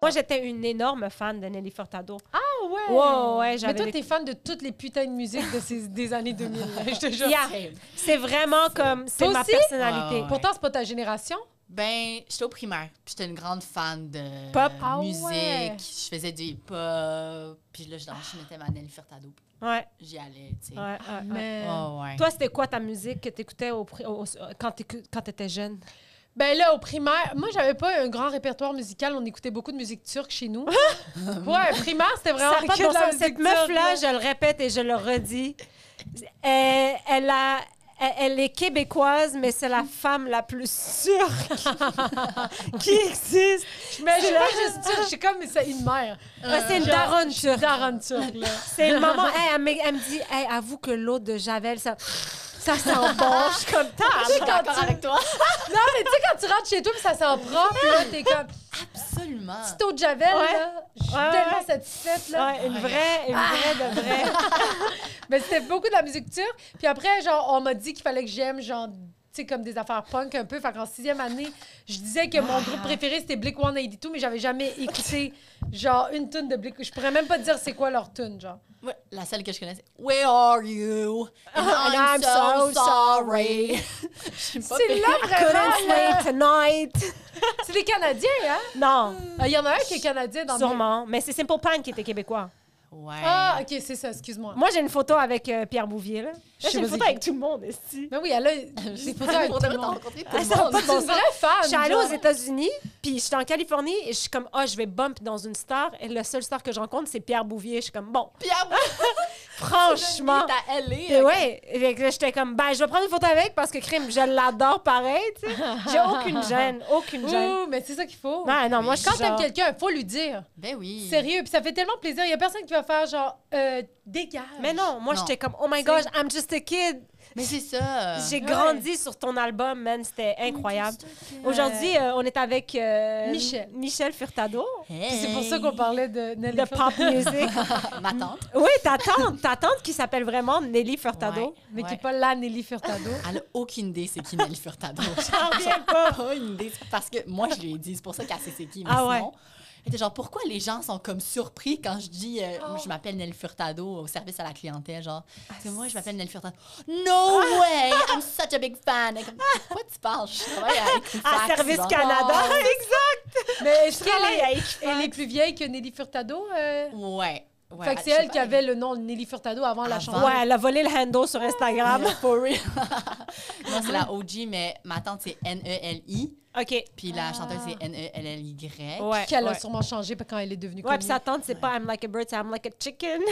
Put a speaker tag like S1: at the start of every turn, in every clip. S1: Moi, j'étais une énorme fan de Nelly Furtado.
S2: Ah ouais!
S1: Ouais, ouais,
S2: Mais
S1: j'avais
S2: toi,
S1: des-
S2: t'es fan de toutes les putains de musique de ces, des années 2000. là, Je te jure.
S1: Yeah. C'est vraiment comme, c'est ma
S2: aussi?
S1: personnalité.
S3: Ah ouais.
S2: Pourtant, c'est pas ta génération.
S3: Ben, j'étais au primaire. puis J'étais une grande fan de euh,
S1: Pop.
S2: Ah
S3: musique.
S2: ouais.
S3: Je faisais du hip-hop. Puis là, je, je mettais ma Nelly Furtado. puis
S2: Ah.
S1: Ouais,
S3: J'y allais, tu sais.
S1: ouais, ouais, ouais.
S2: Mais...
S3: Oh, ouais.
S1: Toi, c'était quoi ta musique que t'écoutais au, pri- au- au- quand t'écou- quand t'étais jeune?
S2: Ben là, au primaire, moi, j'avais pas un grand répertoire musical. On écoutait beaucoup de musique turque chez nous. ouais, au primaire, c'était vraiment
S1: Ça a pas de
S2: que
S1: bon
S2: de la
S1: sens.
S2: musique
S1: Cette
S2: turque,
S1: meuf-là,
S2: là.
S1: je le répète et je le redis, elle, elle a... elle- Elle est québécoise, mais c'est la femme la plus sûre qui- qui existe.
S2: Mais je suis pas juste turque, je suis comme ça, une mère.
S1: Ouais, c'est une
S2: Genre,
S1: daronne
S2: Euh, je suis
S1: turque.
S2: daronne turque, là.
S1: C'est le moment. Hey, elle, me, elle me dit hey, avoue que l'eau de Javel, ça, ça sent bon. Je suis comme
S3: Ah,
S1: tard.
S3: je suis
S2: quand
S3: d'accord
S2: tu-
S3: avec toi.
S2: Non, mais tu sais, quand tu rentres chez toi, puis ça sent propre, là, t'es comme...
S3: Absolument.
S2: Petite eau de Javel,
S1: Ouais.
S2: là. Je suis
S1: Ouais,
S2: tellement
S1: ouais.
S2: satisfaite, là.
S1: Ouais, Ah. une vraie, une vraie de vraie.
S2: Mais c'était beaucoup de la musique turque. Puis après, genre, on m'a dit qu'il fallait que j'aime, genre, tu sais, comme des affaires punk un peu. Fait qu'en sixième année, je disais que mon groupe préféré, c'était Blink 182, mais j'avais jamais écouté, genre, une tune de Blink. Je pourrais même pas te dire c'est quoi leur tune, genre.
S3: Moi, la seule que je connais, c'est Where are you? And
S2: Ah, and I'm
S3: I'm,
S2: so
S3: so, sorry. Je suis pas
S2: C'est
S3: pire.
S2: là,
S1: Couldn't
S2: vraiment, là.
S1: sleep tonight.
S2: C'est des Canadiens, hein?
S1: Non,
S2: Il y en a un qui est Canadien dans le-
S1: sûrement. Mais c'est Simple Pan qui était québécois.
S3: Ouais.
S2: Ah, OK, c'est ça, excuse-moi.
S1: Moi, j'ai une photo avec euh, Pierre Bouvier. Là, Là,
S2: Je sais
S1: j'ai une
S2: pas
S1: photo
S2: c'est
S1: avec tout le monde, esti.
S2: Mais Ben oui, elle a des photos avec
S3: Pour
S2: tout
S3: de
S2: le
S3: vrai, t'as
S2: monde.
S3: rencontré tout
S1: Ah,
S3: le
S1: ça va
S3: monde.
S1: pas de
S2: C'est
S1: bon
S2: une
S1: sens.
S2: vraie fan,
S1: Je suis allée
S2: genre.
S1: aux États-Unis, puis j'étais en Californie, et je suis comme, ah, je vais bump dans une star, et le seul star que je rencontre, c'est Pierre Bouvier. Je suis comme, bon,
S3: Pierre,
S1: franchement.
S3: t'as
S1: Et
S3: allé.
S1: ouais, fait que là, j'étais comme, ben, je vais prendre une photo avec parce que crime, je l'adore pareil, tu sais. J'ai aucune gêne, aucune gêne.
S2: Ouh, mais c'est ça qu'il faut.
S1: Non, non, moi, je suis
S2: Quand t'aimes
S1: genre-
S2: quelqu'un, faut lui dire.
S3: Ben oui.
S2: Sérieux, puis ça fait tellement plaisir. Il y a personne qui va faire genre euh, dégage.
S1: Mais non, moi,
S3: Non. Ah.
S1: j'étais comme, oh my
S2: C'est-
S1: gosh, I'm just a kid.
S3: Mais c'est ça.
S1: J'ai
S2: Ouais.
S1: grandi sur ton album, man, c'était incroyable. Aujourd'hui, euh, on est avec euh,
S2: Michel.
S1: Michel Furtado
S2: Puis C'est pour ça qu'on parlait de Nelly
S1: de
S2: Furtado,
S1: Pop Music.
S3: parle. Ma tante.
S1: oui, ta tante, ta tante qui s'appelle vraiment Nelly Furtado.
S3: Ouais,
S2: mais qui
S3: ouais.
S2: n'est pas la Nelly Furtado.
S3: Elle a aucune idée c'est qui Nelly Furtado.
S1: J'en reviens
S3: pas. une idée. Parce que moi, je lui ai dit, c'est pour ça qu'elle sait c'est qui. Mais
S1: Ah ouais.
S3: sinon, elle était genre, pourquoi les gens sont comme surpris quand je dis, euh,
S2: Oh.
S3: Moi, je m'appelle Nelly Furtado au service à la clientèle, genre, Parce que moi, je m'appelle Nelly Furtado. No
S1: Ah!
S3: way! I'm such a big fan. Elle est comme, Pourquoi tu parles? Je travaille à
S1: À
S3: Equifax,
S1: Service
S3: genre.
S1: Canada, exact.
S2: mais est-ce
S1: Je
S2: qu'elle
S1: travaille
S2: est,
S1: à Equifax.
S2: elle est plus vieille que Nelly Furtado? euh?
S3: Ouais. ouais.
S2: fait que c'est
S3: Je sais
S2: elle
S3: pas,
S2: qui avait le nom de Nelly Furtado avant la
S3: Avant.
S2: chanson.
S1: Ouais, elle a volé le handle sur Instagram.
S3: Non, c'est la OG, mais ma tante, c'est N-E-L-I.
S1: OK.
S3: Puis la
S2: Ah.
S3: chanteuse, c'est E N-E-L-L-Y.
S1: Ouais.
S2: Qu'elle a
S1: ouais.
S2: sûrement changé quand elle est devenue
S1: Ouais,
S2: connue.
S1: puis sa tante, c'est pas I'm like a bird, c'est I'm like a chicken.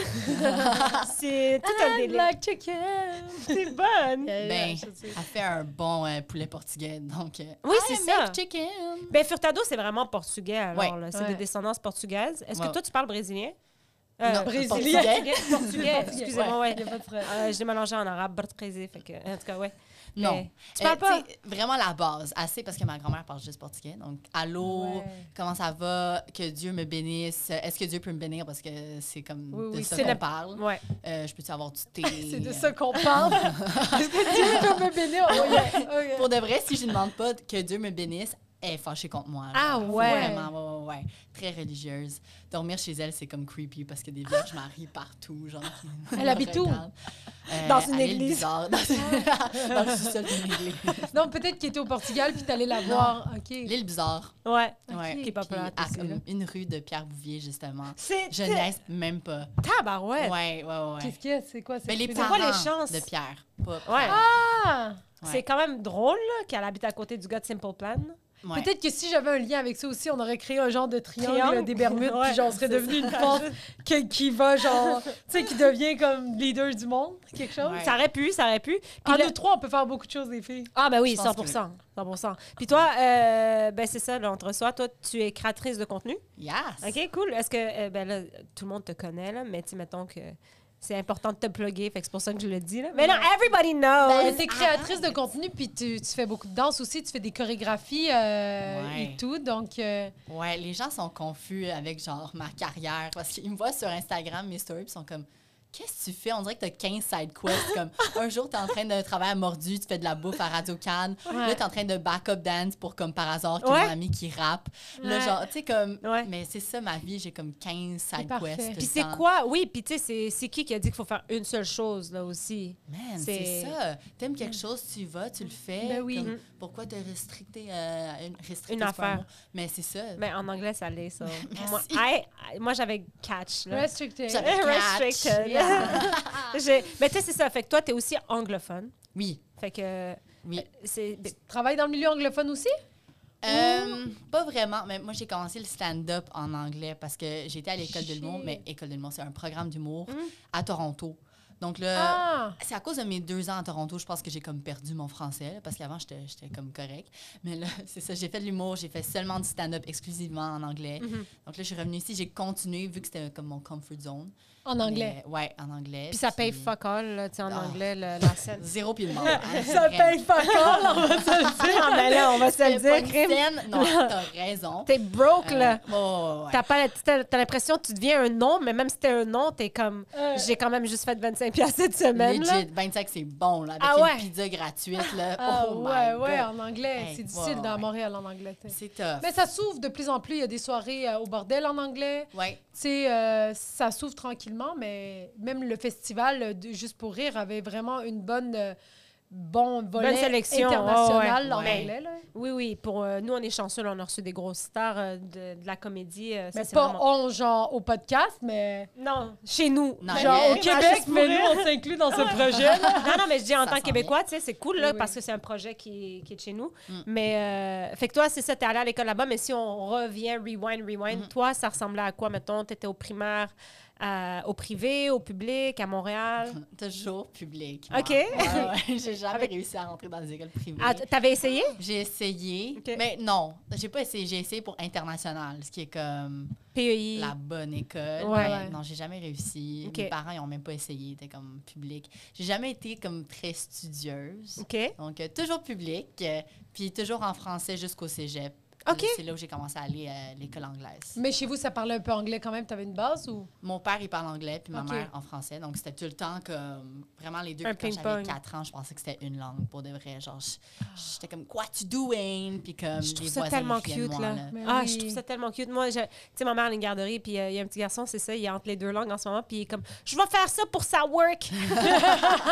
S1: c'est tout un délire.
S2: Black Chicken.
S1: C'est bonne.
S3: Ben, elle fait un bon euh, poulet portugais, donc... euh,
S1: Oui,
S3: I
S1: c'est
S3: make
S1: ça.
S3: chicken.
S1: Ben, Furtado, c'est vraiment portugais, alors.
S3: Ouais.
S1: là. C'est
S2: Ouais.
S1: de descendance portugaise. Est-ce
S3: Ouais.
S1: que toi, tu parles brésilien? Euh,
S3: Non,
S2: brésilien.
S1: Portugais, portugais, excusez-moi, ouais.
S2: Il y a pas de problème.
S1: Euh, je l'ai mélangé en arabe, portugais, fait que, en tout cas, ouais.
S3: Non.
S1: Mais tu
S3: Euh,
S1: parles pas?
S3: t'sais, Vraiment la base. Assez parce que ma grand-mère parle juste portugais. Donc, allô,
S2: Ouais.
S3: comment ça va? Que Dieu me bénisse. Est-ce que Dieu peut me bénir? Parce que c'est comme
S2: Oui,
S3: de
S2: oui,
S3: ça
S1: c'est
S3: qu'on
S1: la-
S3: parle.
S1: Ouais.
S3: Euh, je peux-tu avoir du thé?
S2: C'est de ça qu'on parle. Est-ce que Dieu peut me Oh, bénir? Ouais, ouais.
S3: Pour de vrai, si je ne demande pas que Dieu me bénisse, elle est fâchée contre moi.
S2: Ah
S3: Faut
S2: ouais.
S3: Vraiment, ouais, ouais, ouais. Très religieuse. Dormir chez elle, c'est comme creepy parce que des vierges marient partout. Genre, qui nous
S2: Elle habite où?
S3: regardent. Euh,
S1: Dans une
S3: à l'île
S1: église.
S3: bizarre. Dans, dans le sous-sol d'une église.
S2: Non, peut-être qu'il était au Portugal puis t'allais la voir. OK.
S3: L'île bizarre.
S1: Ouais.
S3: Ouais.
S1: Qui est pas
S3: Puis
S1: plate
S3: à
S1: aussi,
S3: comme
S1: là.
S3: une rue de Pierre Bouvier, justement.
S1: C'est
S3: Je niaise même pas. Ouais,
S1: tabarouette. Ouais.
S3: ouais, ouais.
S2: Qu'est-ce qu'il y a? C'est quoi?
S3: Mais les
S2: c'est-
S3: parents
S1: quoi les chances?
S3: de Pierre. Pas Pierre.
S1: Ouais.
S2: Ah!
S1: C'est quand même drôle là, qu'elle habite à côté du gars de Simple Plan.
S3: Ouais.
S2: Peut-être que si j'avais un lien avec ça aussi, on aurait créé un genre de triangle,
S1: Triangle.
S2: euh, des Bermudes,
S1: Ouais,
S2: puis genre, on serait
S1: c'est
S2: devenu
S1: ça.
S2: une porte qui, qui va, genre, tu sais, qui devient comme leader du monde, quelque chose.
S3: Ouais.
S1: Ça aurait pu, ça aurait pu. Puis
S2: En
S1: là-
S2: nous trois, on peut faire beaucoup de choses, les filles.
S1: Ah ben oui,
S3: Je pense
S1: 100 100 Puis toi, euh, ben c'est ça, là, entre soi, toi, tu es créatrice de contenu.
S3: Yes.
S1: OK, cool. Est-ce que, euh, ben là, tout le monde te connaît, là, mais tu sais, mettons que c'est important de te plugger, fait que c'est pour ça que je le dis, là. Mais non, everybody knows!
S2: Ben, t'es créatrice de contenu, puis tu, tu fais beaucoup de danse aussi, tu fais des chorégraphies euh,
S3: Ouais.
S2: et tout, donc... euh,
S3: Ouais, les gens sont confus avec genre ma carrière parce qu'ils me voient sur Instagram, mes stories, puis ils sont comme Qu'est-ce que tu fais? On dirait que t'as 15 side quests. Comme un jour, t'es en train de travailler à mordu, tu fais de la bouffe à Radio Cannes. Là, t'es en train de backup dance pour, comme par hasard, qu'il y
S1: Ouais.
S3: ait un ami qui rappe. Là,
S1: Ouais.
S3: genre, tu sais, comme.
S1: Ouais.
S3: Mais c'est ça ma vie, j'ai comme 15
S2: C'est
S3: side
S2: parfait.
S3: quests. tout
S1: Puis
S3: le
S1: c'est
S3: temps.
S1: quoi? Oui, puis tu sais, c'est- c'est qui qui a dit qu'il faut faire une seule chose, là aussi?
S3: Man,
S1: C'est-
S3: c'est ça. T'aimes quelque chose, tu y vas, tu le fais.
S2: Ben oui.
S3: Comme,
S1: Mhm.
S3: pourquoi te restricter euh, à une, restricter,
S1: Une
S3: c'est pas un
S1: affaire. Ben
S3: mot. Mais c'est ça.
S1: Mais en anglais, ça l'est, ça. moi,
S3: Merci.
S1: I- I- moi, j'avais catch, là.
S2: Restricted.
S3: Ça-
S1: Restricted. J'ai- Mais tu sais, c'est ça. Fait que toi, t'es aussi anglophone.
S3: Oui,
S1: Fait que euh,
S3: oui.
S1: c'est...
S2: Travaille dans le milieu anglophone aussi?
S3: Euh, pas vraiment, mais moi j'ai commencé le stand-up en anglais parce que j'étais à l'école de l'humour,
S2: Shit.
S3: mais école de l'humour, c'est un programme d'humour
S1: Mm.
S3: à Toronto. Donc là,
S2: Ah!
S3: C'est à cause de mes deux ans à Toronto, je pense que j'ai comme perdu mon français, là, parce qu'avant, j'étais j'étais comme correct. Mais là, c'est ça, j'ai fait de l'humour, j'ai fait seulement du stand-up exclusivement en anglais.
S1: Mhm.
S3: Donc là, je suis revenue ici, j'ai continué, vu que c'était comme mon comfort zone.
S2: En anglais.
S3: Mais, ouais, en anglais.
S1: Puis ça paye fuck all, là, tu sais, en
S3: Ah.
S1: anglais, le- la scène.
S3: Zéro puis le monde. hein, vraiment.
S1: fuck all, on va se le dire. Ah, mais là, on va se
S3: Pas
S1: le dire,
S3: une
S1: crime.
S3: scène. Non, t'as raison.
S1: T'es broke,
S3: Euh,
S1: là.
S3: ouais, ouais, ouais.
S1: T'as pas la- t'as- t'as l'impression que tu deviens un nom, mais même si t'es un nom, t'es comme
S2: Euh.
S1: j'ai quand même juste fait 25 pièces cette semaine là.
S3: Legit, 25, c'est bon, là, avec
S1: Ah ouais.
S3: une pizza gratuite, là.
S2: Ah,
S3: oh my
S2: ouais,
S3: God.
S2: ouais, en anglais.
S3: Hey,
S2: c'est
S3: ouais,
S2: difficile
S3: ouais.
S2: dans Montréal en anglais. tu sais.
S3: C'est tough.
S2: Mais ça s'ouvre de plus en plus. Il y a des soirées euh, au bordel en anglais.
S3: Ouais.
S2: Tu sais, euh, ça s'ouvre tranquillement, mais même le festival euh, de Juste pour rire avait vraiment une bonne, euh, bon volet
S1: Bonne sélection, Oh,
S2: international
S3: ouais, ouais.
S2: en
S3: Ouais.
S2: anglais. Là.
S1: Oui oui, pour euh, nous on est chanceux, là, on a reçu des grosses stars euh, de, de la comédie. euh, ça,
S2: Mais
S1: c'est
S2: pas
S1: vraiment- Ah,
S2: on, genre, au podcast, mais
S1: Non, chez nous.
S3: Non,
S1: Mais-
S2: genre
S3: mais-
S2: au Québec,
S1: juste pour
S2: mais
S1: rire.
S2: nous, on s'inclut dans ce projet.
S1: Ah non, non, mais je dis en
S3: Ça
S1: tant
S3: sent
S1: que Québécois, tu sais, c'est cool, là,
S2: Oui, oui.
S1: parce que c'est un projet qui, qui est de chez nous.
S3: Mm.
S1: Mais, euh, fait que toi, c'est ça, t'es allé à l'école là-bas, mais si on revient, rewind, rewind,
S3: Mm.
S1: toi, ça ressemblait à quoi, mettons? T'étais au primaire, euh, au privé, au public, à Montréal?
S3: Mm. Toujours public. moi.
S1: OK.
S3: Ouais, ouais, j'ai jamais
S1: Avec-
S3: réussi à rentrer dans les écoles privées.
S1: Ah, t- T'avais essayé?
S3: j'ai essayé,
S1: OK.
S3: mais non, j'ai pas essayé. J'ai essayé pour international, ce qui est comme
S1: PEI?
S3: la bonne école.
S1: Ouais.
S3: mais
S2: Ouais.
S3: Non, j'ai jamais réussi.
S1: OK.
S3: Mes parents, ils ont même pas essayé. C'était comme public. J'ai jamais été comme très studieuse.
S1: OK.
S3: Donc, euh, toujours public, euh, puis toujours en français jusqu'au cégep. Euh,
S1: OK.
S3: C'est là où j'ai commencé à aller à l'école anglaise.
S2: Mais chez vous, ça parlait un peu anglais quand même. T'avais une base ou?
S3: Mon père, il parle anglais, puis ma
S2: Ok.
S3: mère en français. Donc, c'était tout le temps comme vraiment les deux.
S1: Un
S3: Puis quand j'avais
S1: ping-pong. Ah.
S3: 4 ans, je pensais que c'était une langue pour de vrai. Genre, je- j'étais comme, What you doing? Puis comme,
S1: Je trouve
S3: les
S1: ça
S3: voisins
S1: tellement
S3: riaient de
S1: cute,
S3: moi,
S1: là.
S2: Mais
S1: ah,
S2: oui.
S1: je trouve ça tellement cute. Moi, je- tu sais, ma mère, elle a une garderie, puis euh, il y a un petit garçon, c'est ça, il est entre les deux langues en ce moment, puis il est comme, je vais faire ça pour ça work.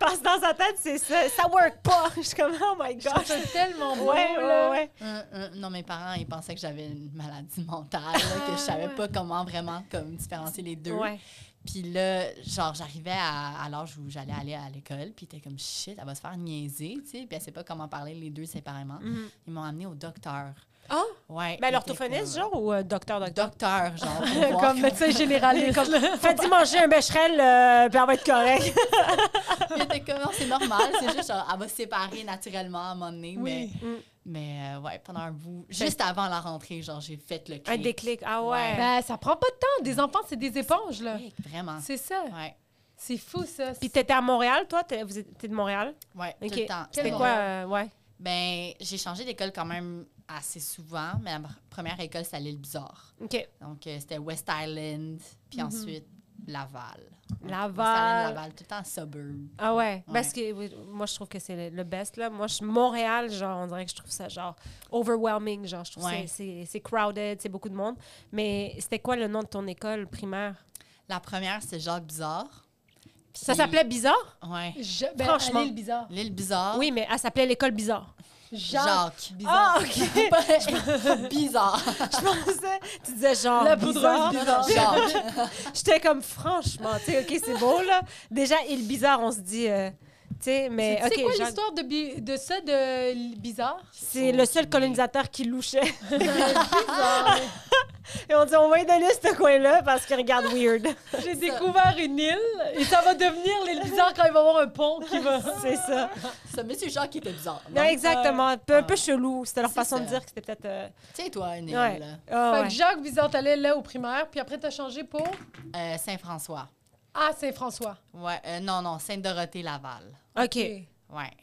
S1: Parce que dans sa tête, c'est ça, ça work pas. Je suis comme, oh my
S2: Je trouve
S1: gosh.
S2: ça tellement beau.
S1: Ouais, ouais,
S2: là.
S1: ouais.
S3: Hum, hum. Non, mes parents, ils pensaient que j'avais une maladie mentale, là, que je savais pas comment vraiment comme, différencier les deux.
S1: Ah, Ouais.
S3: Puis là, genre, j'arrivais à, à l'âge où j'allais aller à l'école, puis t'es comme, shit, elle va se faire niaiser, tu sais. Puis elle sait pas comment parler les deux séparément.
S1: Mhm.
S3: Ils m'ont amené au docteur.
S1: Ah!
S3: Ouais.
S1: Ben,
S3: il
S1: l'orthophoniste,
S3: était comme-
S1: genre, ou euh, docteur, docteur?
S3: Docteur, genre. pour voir
S2: Comme médecin généraliste.
S1: Faites-y manger un becherel, euh, puis on va être correct.
S3: Il était comme, Non, c'est normal, c'est juste, genre, elle va se séparer naturellement à un moment donné.
S2: Oui.
S3: Mais,
S1: Mm.
S3: mais euh, ouais, pendant un bout, juste avant la rentrée, genre, j'ai fait le clic.
S1: un déclic, ah ouais.
S3: Ouais.
S2: Ben, ça prend pas de temps. Des enfants, c'est des éponges, là.
S3: Clic, Vraiment.
S2: C'est ça.
S3: Ouais,
S2: C'est fou, ça.
S1: Puis t'étais à Montréal, toi? T'es vous êtes- t'es de Montréal?
S3: ouais,
S1: Ok.
S3: tout le temps.
S1: C'était
S2: Quel
S1: quoi?
S2: Montréal?
S1: euh, ouais.
S3: Ben, j'ai changé d'école quand même assez souvent. mais Ma première école, c'était à l'île Bizarre.
S1: OK.
S3: Donc, euh, c'était West Island, puis
S2: Mhm.
S3: ensuite Laval. Donc, West
S1: Laval.
S3: Island, Laval, tout le temps suburb.
S1: Ah ouais,
S3: Ouais.
S1: parce que oui, moi je trouve que c'est le, le best là. Moi je Montréal, genre on dirait que je trouve ça genre overwhelming, genre je trouve
S3: Ouais.
S1: que c'est c'est crowded, c'est beaucoup de monde. Mais c'était quoi le nom de ton école primaire
S3: La première, c'est Jacques Bizarre.
S1: Ça
S3: Puis-
S1: s'appelait Bizarre
S3: Ouais.
S2: Je- ben,
S1: Franchement.
S2: allez, le bizarre.
S3: L'île Bizarre.
S1: Oui, mais elle s'appelait l'école Bizarre. Ah,
S2: Genre.
S3: Jacques. Ah!
S2: Bizarre.
S1: OK.
S3: bizarre.
S1: je pensais tu disais genre
S2: La poudreuse
S1: Bizarre.
S2: bizarre.
S3: Jacques.
S1: J'étais comme franchement, tu sais OK, c'est beau là. Déjà il Bizarre, on se dit euh, tu sais mais
S2: C'est
S1: OK,
S2: quoi
S1: genre,
S2: l'histoire de, bi- de ça, de l- bizarre?
S1: c'est le seul colonisateur qui louchait.
S2: bizarre.
S1: Et on dit, on va y donner ce coin-là parce qu'il regarde weird.
S2: J'ai découvert une île et ça va devenir l'île bizarre quand il va y avoir un pont qui va.
S1: C'est ça.
S3: C'est Monsieur Jacques qui était bizarre.
S1: Non,
S3: non?
S1: exactement. Un peu, un peu
S3: ah.
S1: chelou. C'était leur
S3: C'est
S1: façon de
S3: ça.
S1: dire que c'était peut-être. euh,
S3: Tu sais, toi, une île,
S1: Ouais.
S3: là.
S1: ah,
S2: Fait
S1: ouais.
S2: que Jacques Bizarre, t'allais là au primaire, puis après t'as changé pour
S3: Euh, Saint-François.
S2: Ah, Saint-François.
S3: Ouais, euh, non, non, Sainte-Dorothée-Laval.
S1: OK.
S3: Ouais.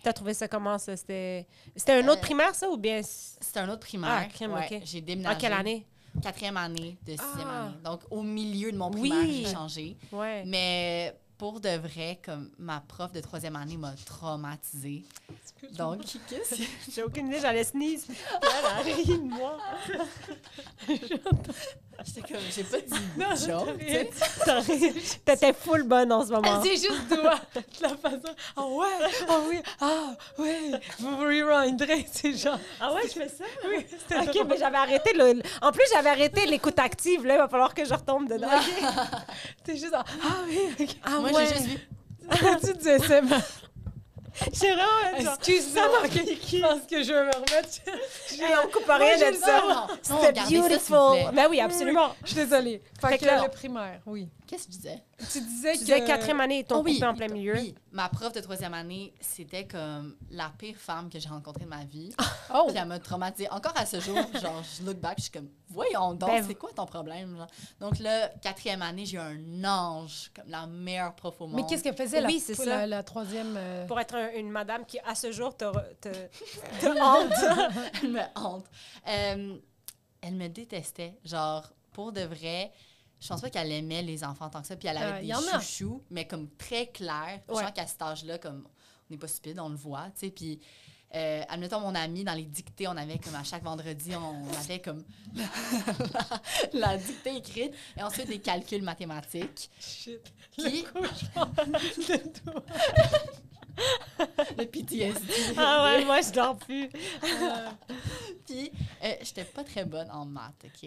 S1: T'as trouvé ça comment, ça? C'était c'était un autre
S3: Euh,
S1: primaire, ça, ou bien.
S3: C'était un autre
S1: Ah,
S3: primaire.
S1: crime,
S3: Ouais,
S1: ok.
S3: J'ai
S1: En
S3: déménagé.
S1: quelle année?
S3: quatrième année de sixième
S1: Ah.
S3: année. Donc, au milieu de mon
S1: Oui.
S3: primaire, j'ai changé.
S1: Ouais.
S3: Mais pour de vrai, comme ma prof de troisième année m'a traumatisée. Donc, qu'est-ce que-
S1: J'ai aucune idée, j'allais sneeze. Puis Elle a ri de moi.
S3: J'étais comme, j'ai pas dit
S2: Non,
S3: joke, tu sais.
S1: T'as ri. T'étais full bonne en ce moment.
S2: Elle s'est juste doigt de la façon. Ah ouais, ah oui, ah oui, vous vous rewinderez, c'est genre.
S1: Ah ouais, je fais ça?
S2: Oui, c'était
S1: OK,
S2: drôle.
S1: mais j'avais arrêté le... le- En plus, j'avais arrêté l'écoute active. Là, il va falloir que je retombe dedans.
S2: T'es juste en, Ah oui, ok.
S1: Ah
S3: Moi,
S1: ouais.
S3: j'ai juste vu.
S2: tu disais ça, mais-
S1: J'ai vraiment... genre,
S2: Excuse-moi, je pense que je vais me remettre.
S1: hey, on coupe rien
S2: j'ai
S1: de
S2: le-
S1: ça.
S3: Non, non, non,
S1: C'était
S3: gardez ça, s'il vous
S1: beautiful.
S3: plaît.
S1: Ben oui, absolument.
S2: Je suis désolée. Fait,
S1: Fait
S2: que,
S1: que là-
S2: le primaire, oui.
S3: Qu'est-ce que je disais?
S2: Tu disais
S1: Tu
S2: que.
S1: disais quatrième année, ils t'ont
S3: Oh oui,
S1: coupé en plein milieu.
S3: Oui, ma prof de troisième année, c'était comme la pire femme que j'ai rencontrée de ma vie.
S1: Ah.
S2: Oh,
S3: Puis elle m'a traumatisée. Encore à ce jour, genre, je look back, je suis comme, voyons donc,
S1: Ben,
S3: c'est quoi ton problème? genre? Donc là, quatrième année, j'ai eu un ange, comme la meilleure prof au monde.
S2: mais qu'est-ce qu'elle faisait, la,
S1: Oui, c'est
S2: la,
S1: ça.
S2: la, troisième. euh,
S1: Pour être un- une madame qui, à ce jour, te, re- te, te hante.
S3: Elle me hante. Euh, elle me détestait. Genre, pour de vrai, je pense pas qu'elle aimait les enfants tant que ça. Puis elle
S2: Euh,
S3: avait
S2: y en
S3: des
S2: a.
S3: chouchous, mais comme très clair. Je
S1: Ouais.
S3: sens qu'à cet âge-là, comme on n'est pas stupide, on le voit, tu sais. Puis, euh, admettons, mon ami, dans les dictées, on avait comme à chaque vendredi, on avait comme la, la dictée écrite et ensuite des calculs mathématiques.
S2: Shit.
S3: Qui,
S2: de toi.
S3: le PTSD.
S1: Ah ouais, moi, je dors plus.
S3: Puis, euh, j'étais pas très bonne en maths, OK?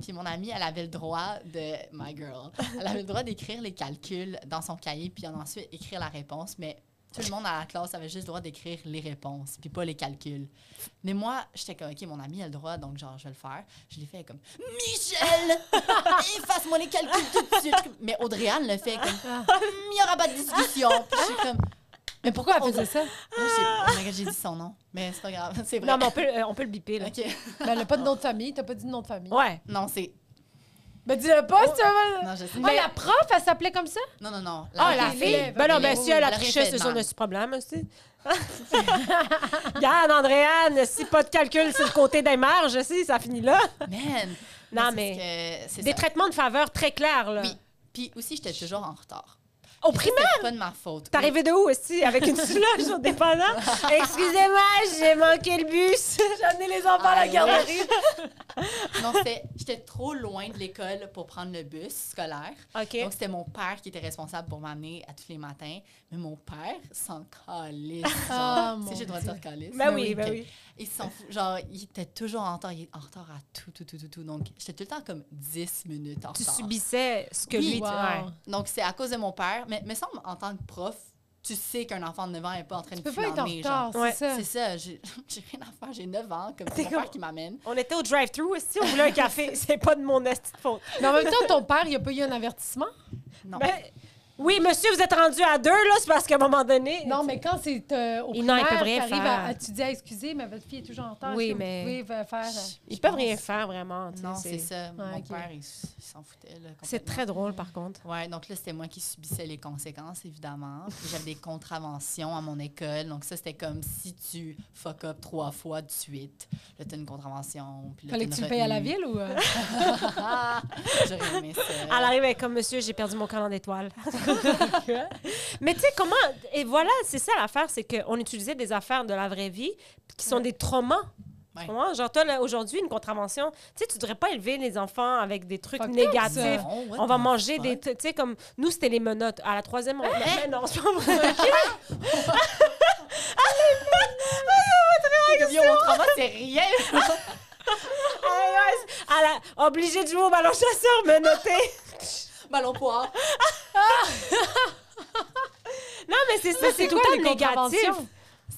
S3: Puis mon amie, elle avait le droit de... My girl. Elle avait le droit d'écrire les calculs dans son cahier, puis ensuite écrire la réponse, mais tout le monde à la classe avait juste le droit d'écrire les réponses, puis pas les calculs. Mais moi, j'étais comme, OK, mon amie a le droit, donc genre, je vais le faire. Je l'ai fait elle est comme, Michel, efface-moi les calculs tout de suite. Mais Audrey-Anne le fait comme, il n'y aura pas de discussion. Puis je suis comme,
S2: Mais pourquoi elle
S3: On
S2: faisait ça?
S3: Moi, j'ai- oh my God, j'ai dit son nom, mais c'est pas grave, c'est vrai.
S1: Non, mais on peut, euh, on peut le biper, là.
S3: OK.
S2: Ben, elle n'a pas de nom de famille, t'as pas dit de nom de famille.
S1: Ouais.
S3: Non, c'est...
S2: Oh. Ben, dis-le pas, si tu veux.
S3: Non, je sais.
S2: Ah, la prof, elle s'appelait comme ça?
S3: Non, non, non.
S1: Ah, Oh,
S2: ok,
S1: la
S2: les-
S1: fille?
S2: les-
S1: Ben non,
S2: les-
S1: ben si elle a
S3: oh, elle aurait
S1: triché,
S3: fait
S1: c'est
S3: de
S1: sûr, on
S3: même.
S1: a ce problème aussi. Regarde, Andréane, si pas de calcul sur le côté des marges, je sais, ça finit là.
S3: Man!
S1: Non,
S3: c'est
S1: mais
S3: parce que C'est
S1: des
S3: ça.
S1: traitements de faveur très clairs, là.
S3: Oui. Puis aussi, j'étais toujours en retard.
S1: Au primaire,
S3: C'est pas de ma faute.
S1: t'es arrivé de où aussi? Avec une soulage au dépendant? Excusez-moi, j'ai manqué le bus.
S2: J'ai amené les enfants
S3: Ah, Oui. Non, c'était- j'étais trop loin de l'école pour prendre le bus scolaire.
S1: OK.
S3: Donc, c'était mon père qui était responsable pour m'amener à tous les matins. Mais mon père s'en calisse.
S2: Ah,
S3: genre. Tu sais,
S2: mon
S3: j'ai le droit de dire calisse.
S1: Ben oui, ben
S3: ok.
S1: oui.
S3: Il s'en fout. Genre, il était toujours en retard. Il est en retard à tout, tout, tout, tout, tout. Donc, j'étais tout le temps comme 10 minutes en
S1: Tu
S3: retard.
S1: subissais ce que
S3: Oui,
S1: lui... tu-
S2: wow.
S1: ouais.
S3: Donc, c'est à cause de mon père. Mais me semble, en tant que prof, tu sais qu'un enfant de 9 ans n'est pas en train
S2: Tu
S3: de
S2: peux pas être en
S3: flâner, genre.
S2: retard, c'est
S1: Ouais,
S2: ça.
S3: C'est ça, j'ai j'ai rien à faire, j'ai 9 ans, comme
S1: T'es
S3: c'est mon père
S1: comme-
S3: qui m'amène.
S1: On était au drive-thru aussi, on voulait un café. C'est pas de mon esti de faute.
S2: Mais en même temps, ton père, il a pas eu un avertissement?
S3: Non.
S1: Ben, oui, monsieur, vous êtes rendu à deux, là, c'est parce qu'à un moment donné.
S2: Non, mais quand c'est euh, au
S1: Et non, ils
S2: primaire,
S1: peuvent rien
S2: t'arrives
S1: faire.
S2: à, à- tu dis, Ah, excusez, mais votre fille est toujours en retard.
S1: Oui,
S2: est-ce que
S1: mais-
S2: Vous pouvez euh, faire...
S3: Je-
S1: Ils
S3: je
S1: peuvent
S3: pense-
S1: rien faire vraiment. tu sais,
S3: Non, c'est ça. mon
S2: ok.
S3: père, il, s- il s'en foutait. là,
S1: C'est
S3: complètement.
S1: très drôle, par contre.
S3: Ouais, donc là, c'était moi qui subissais les conséquences, évidemment. Puis J'avais des contraventions à mon école. Donc, ça, c'était comme si tu fuck up trois fois de suite. Là, t'as une contravention. Puis là,
S2: euh, Fallait que
S3: t'as une
S2: tu le payes à la
S3: retenue. Ah,
S2: ville ou... euh?
S3: J'aurais aimé ça.
S1: À l'arrivée, elle est comme monsieur, j'ai perdu mon calendrier d'étoiles. mais tu sais, comment. Et voilà, c'est ça l'affaire, c'est qu'on utilisait des affaires de la vraie vie qui sont
S2: Ouais.
S1: des traumas.
S3: Ouais.
S1: Tu comprends? Genre, toi, là, aujourd'hui, une contravention, tu sais, tu devrais pas élever les enfants avec des trucs
S2: Fuck up,
S1: négatifs.
S3: Non, what
S1: On va
S3: the
S1: manger
S3: fuck?
S1: des. Tu sais, comme nous, c'était les menottes. À la troisième, on. Mais non, c'est pas vrai.
S3: Yo, mon trauma, c'est rien.
S1: Hey, ouais, c'est- à la- Obligé de jouer au ballon chasseur, menotté.
S3: Ballon poire.
S1: Non, mais c'est ça, c'est tout
S2: quoi,
S1: le
S2: les
S1: temps négatif.
S2: contraventions?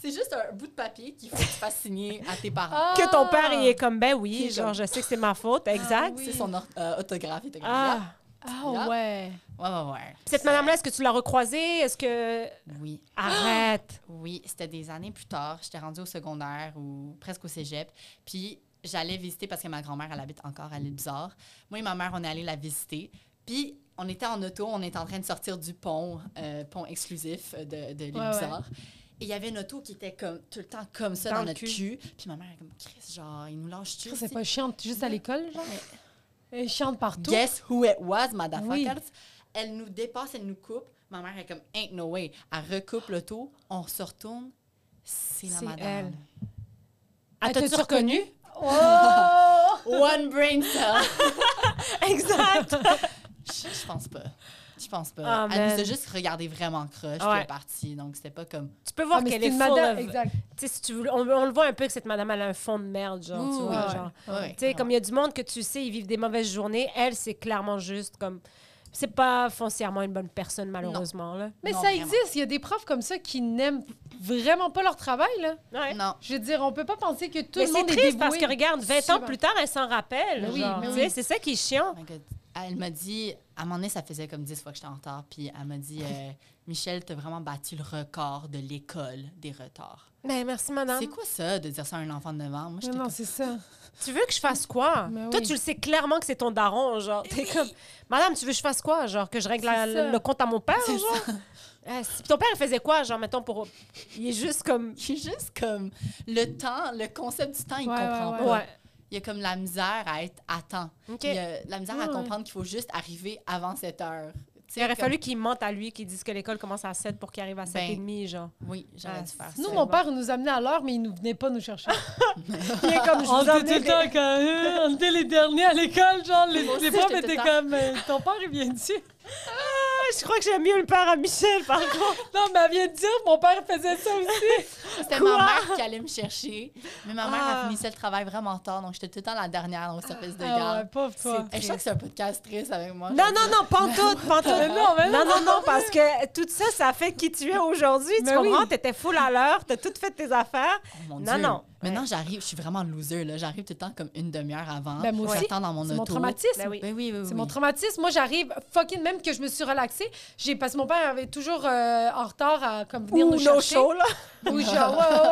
S3: C'est juste un bout de papier qu'il faut que tu fasses signer à tes parents.
S2: Ah!
S1: Que ton père, il est comme, ben
S3: Qui
S1: oui,
S3: est
S1: genre,
S3: comme-
S1: je sais que c'est ma faute, exact.
S2: oui.
S3: C'est son or- euh, autographe. Il était comme,
S1: Ah.
S2: Ah ouais.
S3: Ouais, ouais, ouais.
S1: Cette madame-là, est-ce que tu l'as recroisée? Est-ce que.
S3: Oui,
S1: Arrête!
S3: oui. C'était des années plus tard. J'étais rendue au secondaire ou presque au cégep. Puis j'allais visiter parce que ma grand-mère, elle habite encore à l'île Bizarre. Moi et ma mère, on est allés la visiter. Puis on était en auto, on était en train de sortir du pont, euh, pont exclusif euh, de, de l'île
S2: Ouais, ouais.
S3: Bizarre. Et il y avait une auto qui était comme tout le temps comme ça
S1: Dans
S3: dans,
S1: le
S3: notre
S1: cul.
S3: cul. Puis ma mère, elle est comme, Chris, genre, il nous lâche-tu?
S2: Ça, C'est
S3: ici?
S2: pas chiant, t'es juste à l'école, genre?
S3: Mais-
S2: Ils chantent partout.
S3: Guess who it was, motherfuckers?
S2: Oui.
S3: Elle nous dépasse, elle nous coupe. Ma mère est comme, ain't no way. Elle recoupe le tout, on se retourne. C'est la
S2: C'est
S3: madame.
S2: elle.
S1: Ah,
S2: Elle
S1: t'as-tu
S2: t'a-tu
S1: reconnu?
S2: Oh!
S3: One brain cell.
S1: exact!
S3: Je je pense pas. Je pense pas.
S1: Ah,
S3: elle
S1: man.
S3: nous a juste regardé vraiment croche, puis
S1: Ouais.
S3: elle est partie. Donc, c'était pas comme.
S1: tu peux voir
S2: Ah, mais
S1: qu'elle
S2: c'est
S1: est
S2: une
S1: full
S2: madame.
S1: of-
S2: Exact.
S1: Tu sais, si tu veux- on, on le voit un peu que cette madame, elle a un fond de merde, genre, tu
S3: Ouh,
S1: vois,
S2: ouais.
S1: genre.
S3: Ouais.
S1: Tu sais, comme il y a du monde que tu sais, ils vivent des mauvaises journées, elle, c'est clairement juste comme... C'est pas foncièrement une bonne personne, malheureusement, là.
S2: Mais
S3: Non,
S2: ça
S3: vraiment.
S2: existe. Il y a des profs comme ça qui n'aiment vraiment pas leur travail. Là.
S1: Ouais.
S3: Non.
S2: Je veux dire, on peut pas penser que tout
S1: mais
S2: le
S1: c'est
S2: monde
S1: triste
S2: est dévoué.
S1: parce que, regarde, 20 ans
S2: Souvent.
S1: plus tard, elle s'en rappelle.
S2: Mais oui,
S1: genre.
S2: mais
S1: Tu
S2: oui.
S1: sais, C'est ça qui est chiant.
S3: Oh my God. Elle m'a dit, à un moment donné, ça faisait comme 10 fois que j'étais en retard, puis elle m'a dit euh, Michel, t'as vraiment battu le record de l'école des retards.
S2: Ben,
S1: Mais merci, madame.
S3: C'est quoi ça de dire ça à un enfant de 9 ans? Moi,
S2: Mais
S3: j'étais
S2: non,
S3: comme,
S2: c'est ça.
S1: Tu veux que je fasse quoi?
S2: Mais
S1: Toi,
S2: Ben oui.
S1: tu le sais clairement que c'est ton daron, genre. T'es comme, madame, tu veux que je fasse quoi? Genre, que je règle la-
S2: C'est ça.
S1: le compte à mon père, genre? Ah, si- Ton père, il faisait quoi, genre, mettons, pour. Il est juste comme.
S3: il est juste comme le temps, le concept du temps, il
S2: Ouais,
S3: comprend
S2: ouais,
S3: pas.
S1: Ouais.
S3: Il y a comme la misère à être à temps.
S1: OK.
S3: Il y a la misère à
S2: Ouais.
S3: comprendre qu'il faut juste arriver avant cette heure. Tu sais,
S1: Il aurait
S3: comme-
S1: fallu qu'il mente à lui, qu'il dise que l'école commence à 7 pour qu'il arrive à 7 et
S3: Ben.
S1: demi, genre.
S3: Oui, j'aurais
S1: Ah,
S3: dû faire
S2: Nous,
S3: ça.
S2: mon père il nous amenait à l'heure, mais il ne venait pas nous chercher.
S1: Il est comme, je vous emmène-
S2: euh, on était les derniers à l'école, genre, les,
S3: Moi aussi, les profs j'étais étaient tout le
S2: comme, euh, ton père, il vient dessus.
S1: Ah, je crois que j'aime mieux le père à Michel, par contre.
S2: Non, mais elle vient de dire, mon père faisait ça aussi.
S3: C'était
S1: Quoi?
S3: ma mère qui allait me chercher. Mais ma mère,
S1: Ah.
S3: elle finissait le travail vraiment tard, donc j'étais tout le temps la dernière au service de
S2: Ah ouais,
S3: garde.
S2: pauvre toi.
S3: Et je sens que c'est un podcast triste avec moi. Oh
S1: Non, non, non, pantoute,
S2: Mais
S1: pantoute.
S2: non, mais non.
S1: Non, non, non, parce que tout ça, ça fait qui tu es aujourd'hui. Tu
S2: Mais oui.
S1: comprends? T'étais full à l'heure, t'as tout fait tes affaires.
S3: Oh, mon
S1: Non,
S3: Dieu.
S1: non.
S3: Maintenant, j'arrive, je suis vraiment loser. là. J'arrive tout le temps comme une demi-heure avant.
S2: Ben, moi aussi.
S3: J'attends dans mon
S2: C'est
S3: auto.
S2: mon traumatisme.
S1: Ben oui.
S3: Ben oui, oui, oui.
S2: C'est mon traumatisme. Moi, j'arrive fucking même que je me suis relaxée. J'ai parce que mon père avait toujours euh, en retard à comme venir
S1: Ou
S2: nous
S1: nos
S2: chercher.
S1: shows, là.
S2: Ou genre, ouais, ouais,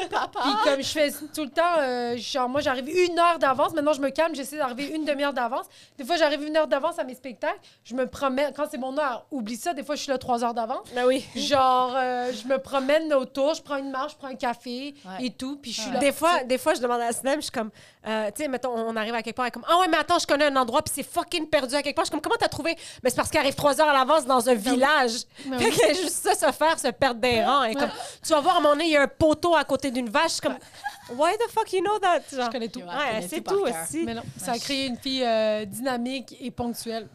S2: ouais. Puis comme je fais tout le temps, euh, genre, moi, j'arrive une heure d'avance. Maintenant, je me calme, j'essaie d'arriver une demi-heure d'avance. Des fois, j'arrive une heure d'avance à mes spectacles. Je me promène, quand c'est mon heure, oublie ça. Des fois, je suis là trois heures d'avance.
S1: Ben oui.
S2: Genre, euh, je me promène autour, je prends une marche, je prends un café
S3: Ouais.
S2: et tout. Puis je suis
S3: Ouais.
S2: là.
S1: Des fois, des fois, je demande à Sinem, je suis comme, euh, tu sais, mettons, on arrive à quelque part, elle est comme, ah ouais, mais attends, je connais un endroit, puis c'est fucking perdu à quelque part. Je suis comme, comment t'as trouvé? Mais c'est parce qu'elle arrive trois heures à l'avance dans un village.
S2: Mais
S1: Fait
S2: Ben oui.
S1: qu'elle a juste ça, se faire, se perdre des rangs. Elle est comme, tu vas voir, à mon nez, il y a un poteau à côté d'une vache. Je suis comme, why the fuck you know that? Genre.
S2: Je connais tout.
S3: Ouais, elle
S1: Ouais,
S3: connaît
S1: c'est
S3: tout par
S1: tout
S3: cœur.
S1: aussi.
S2: Mais non, ça a créé une fille euh, dynamique et ponctuelle.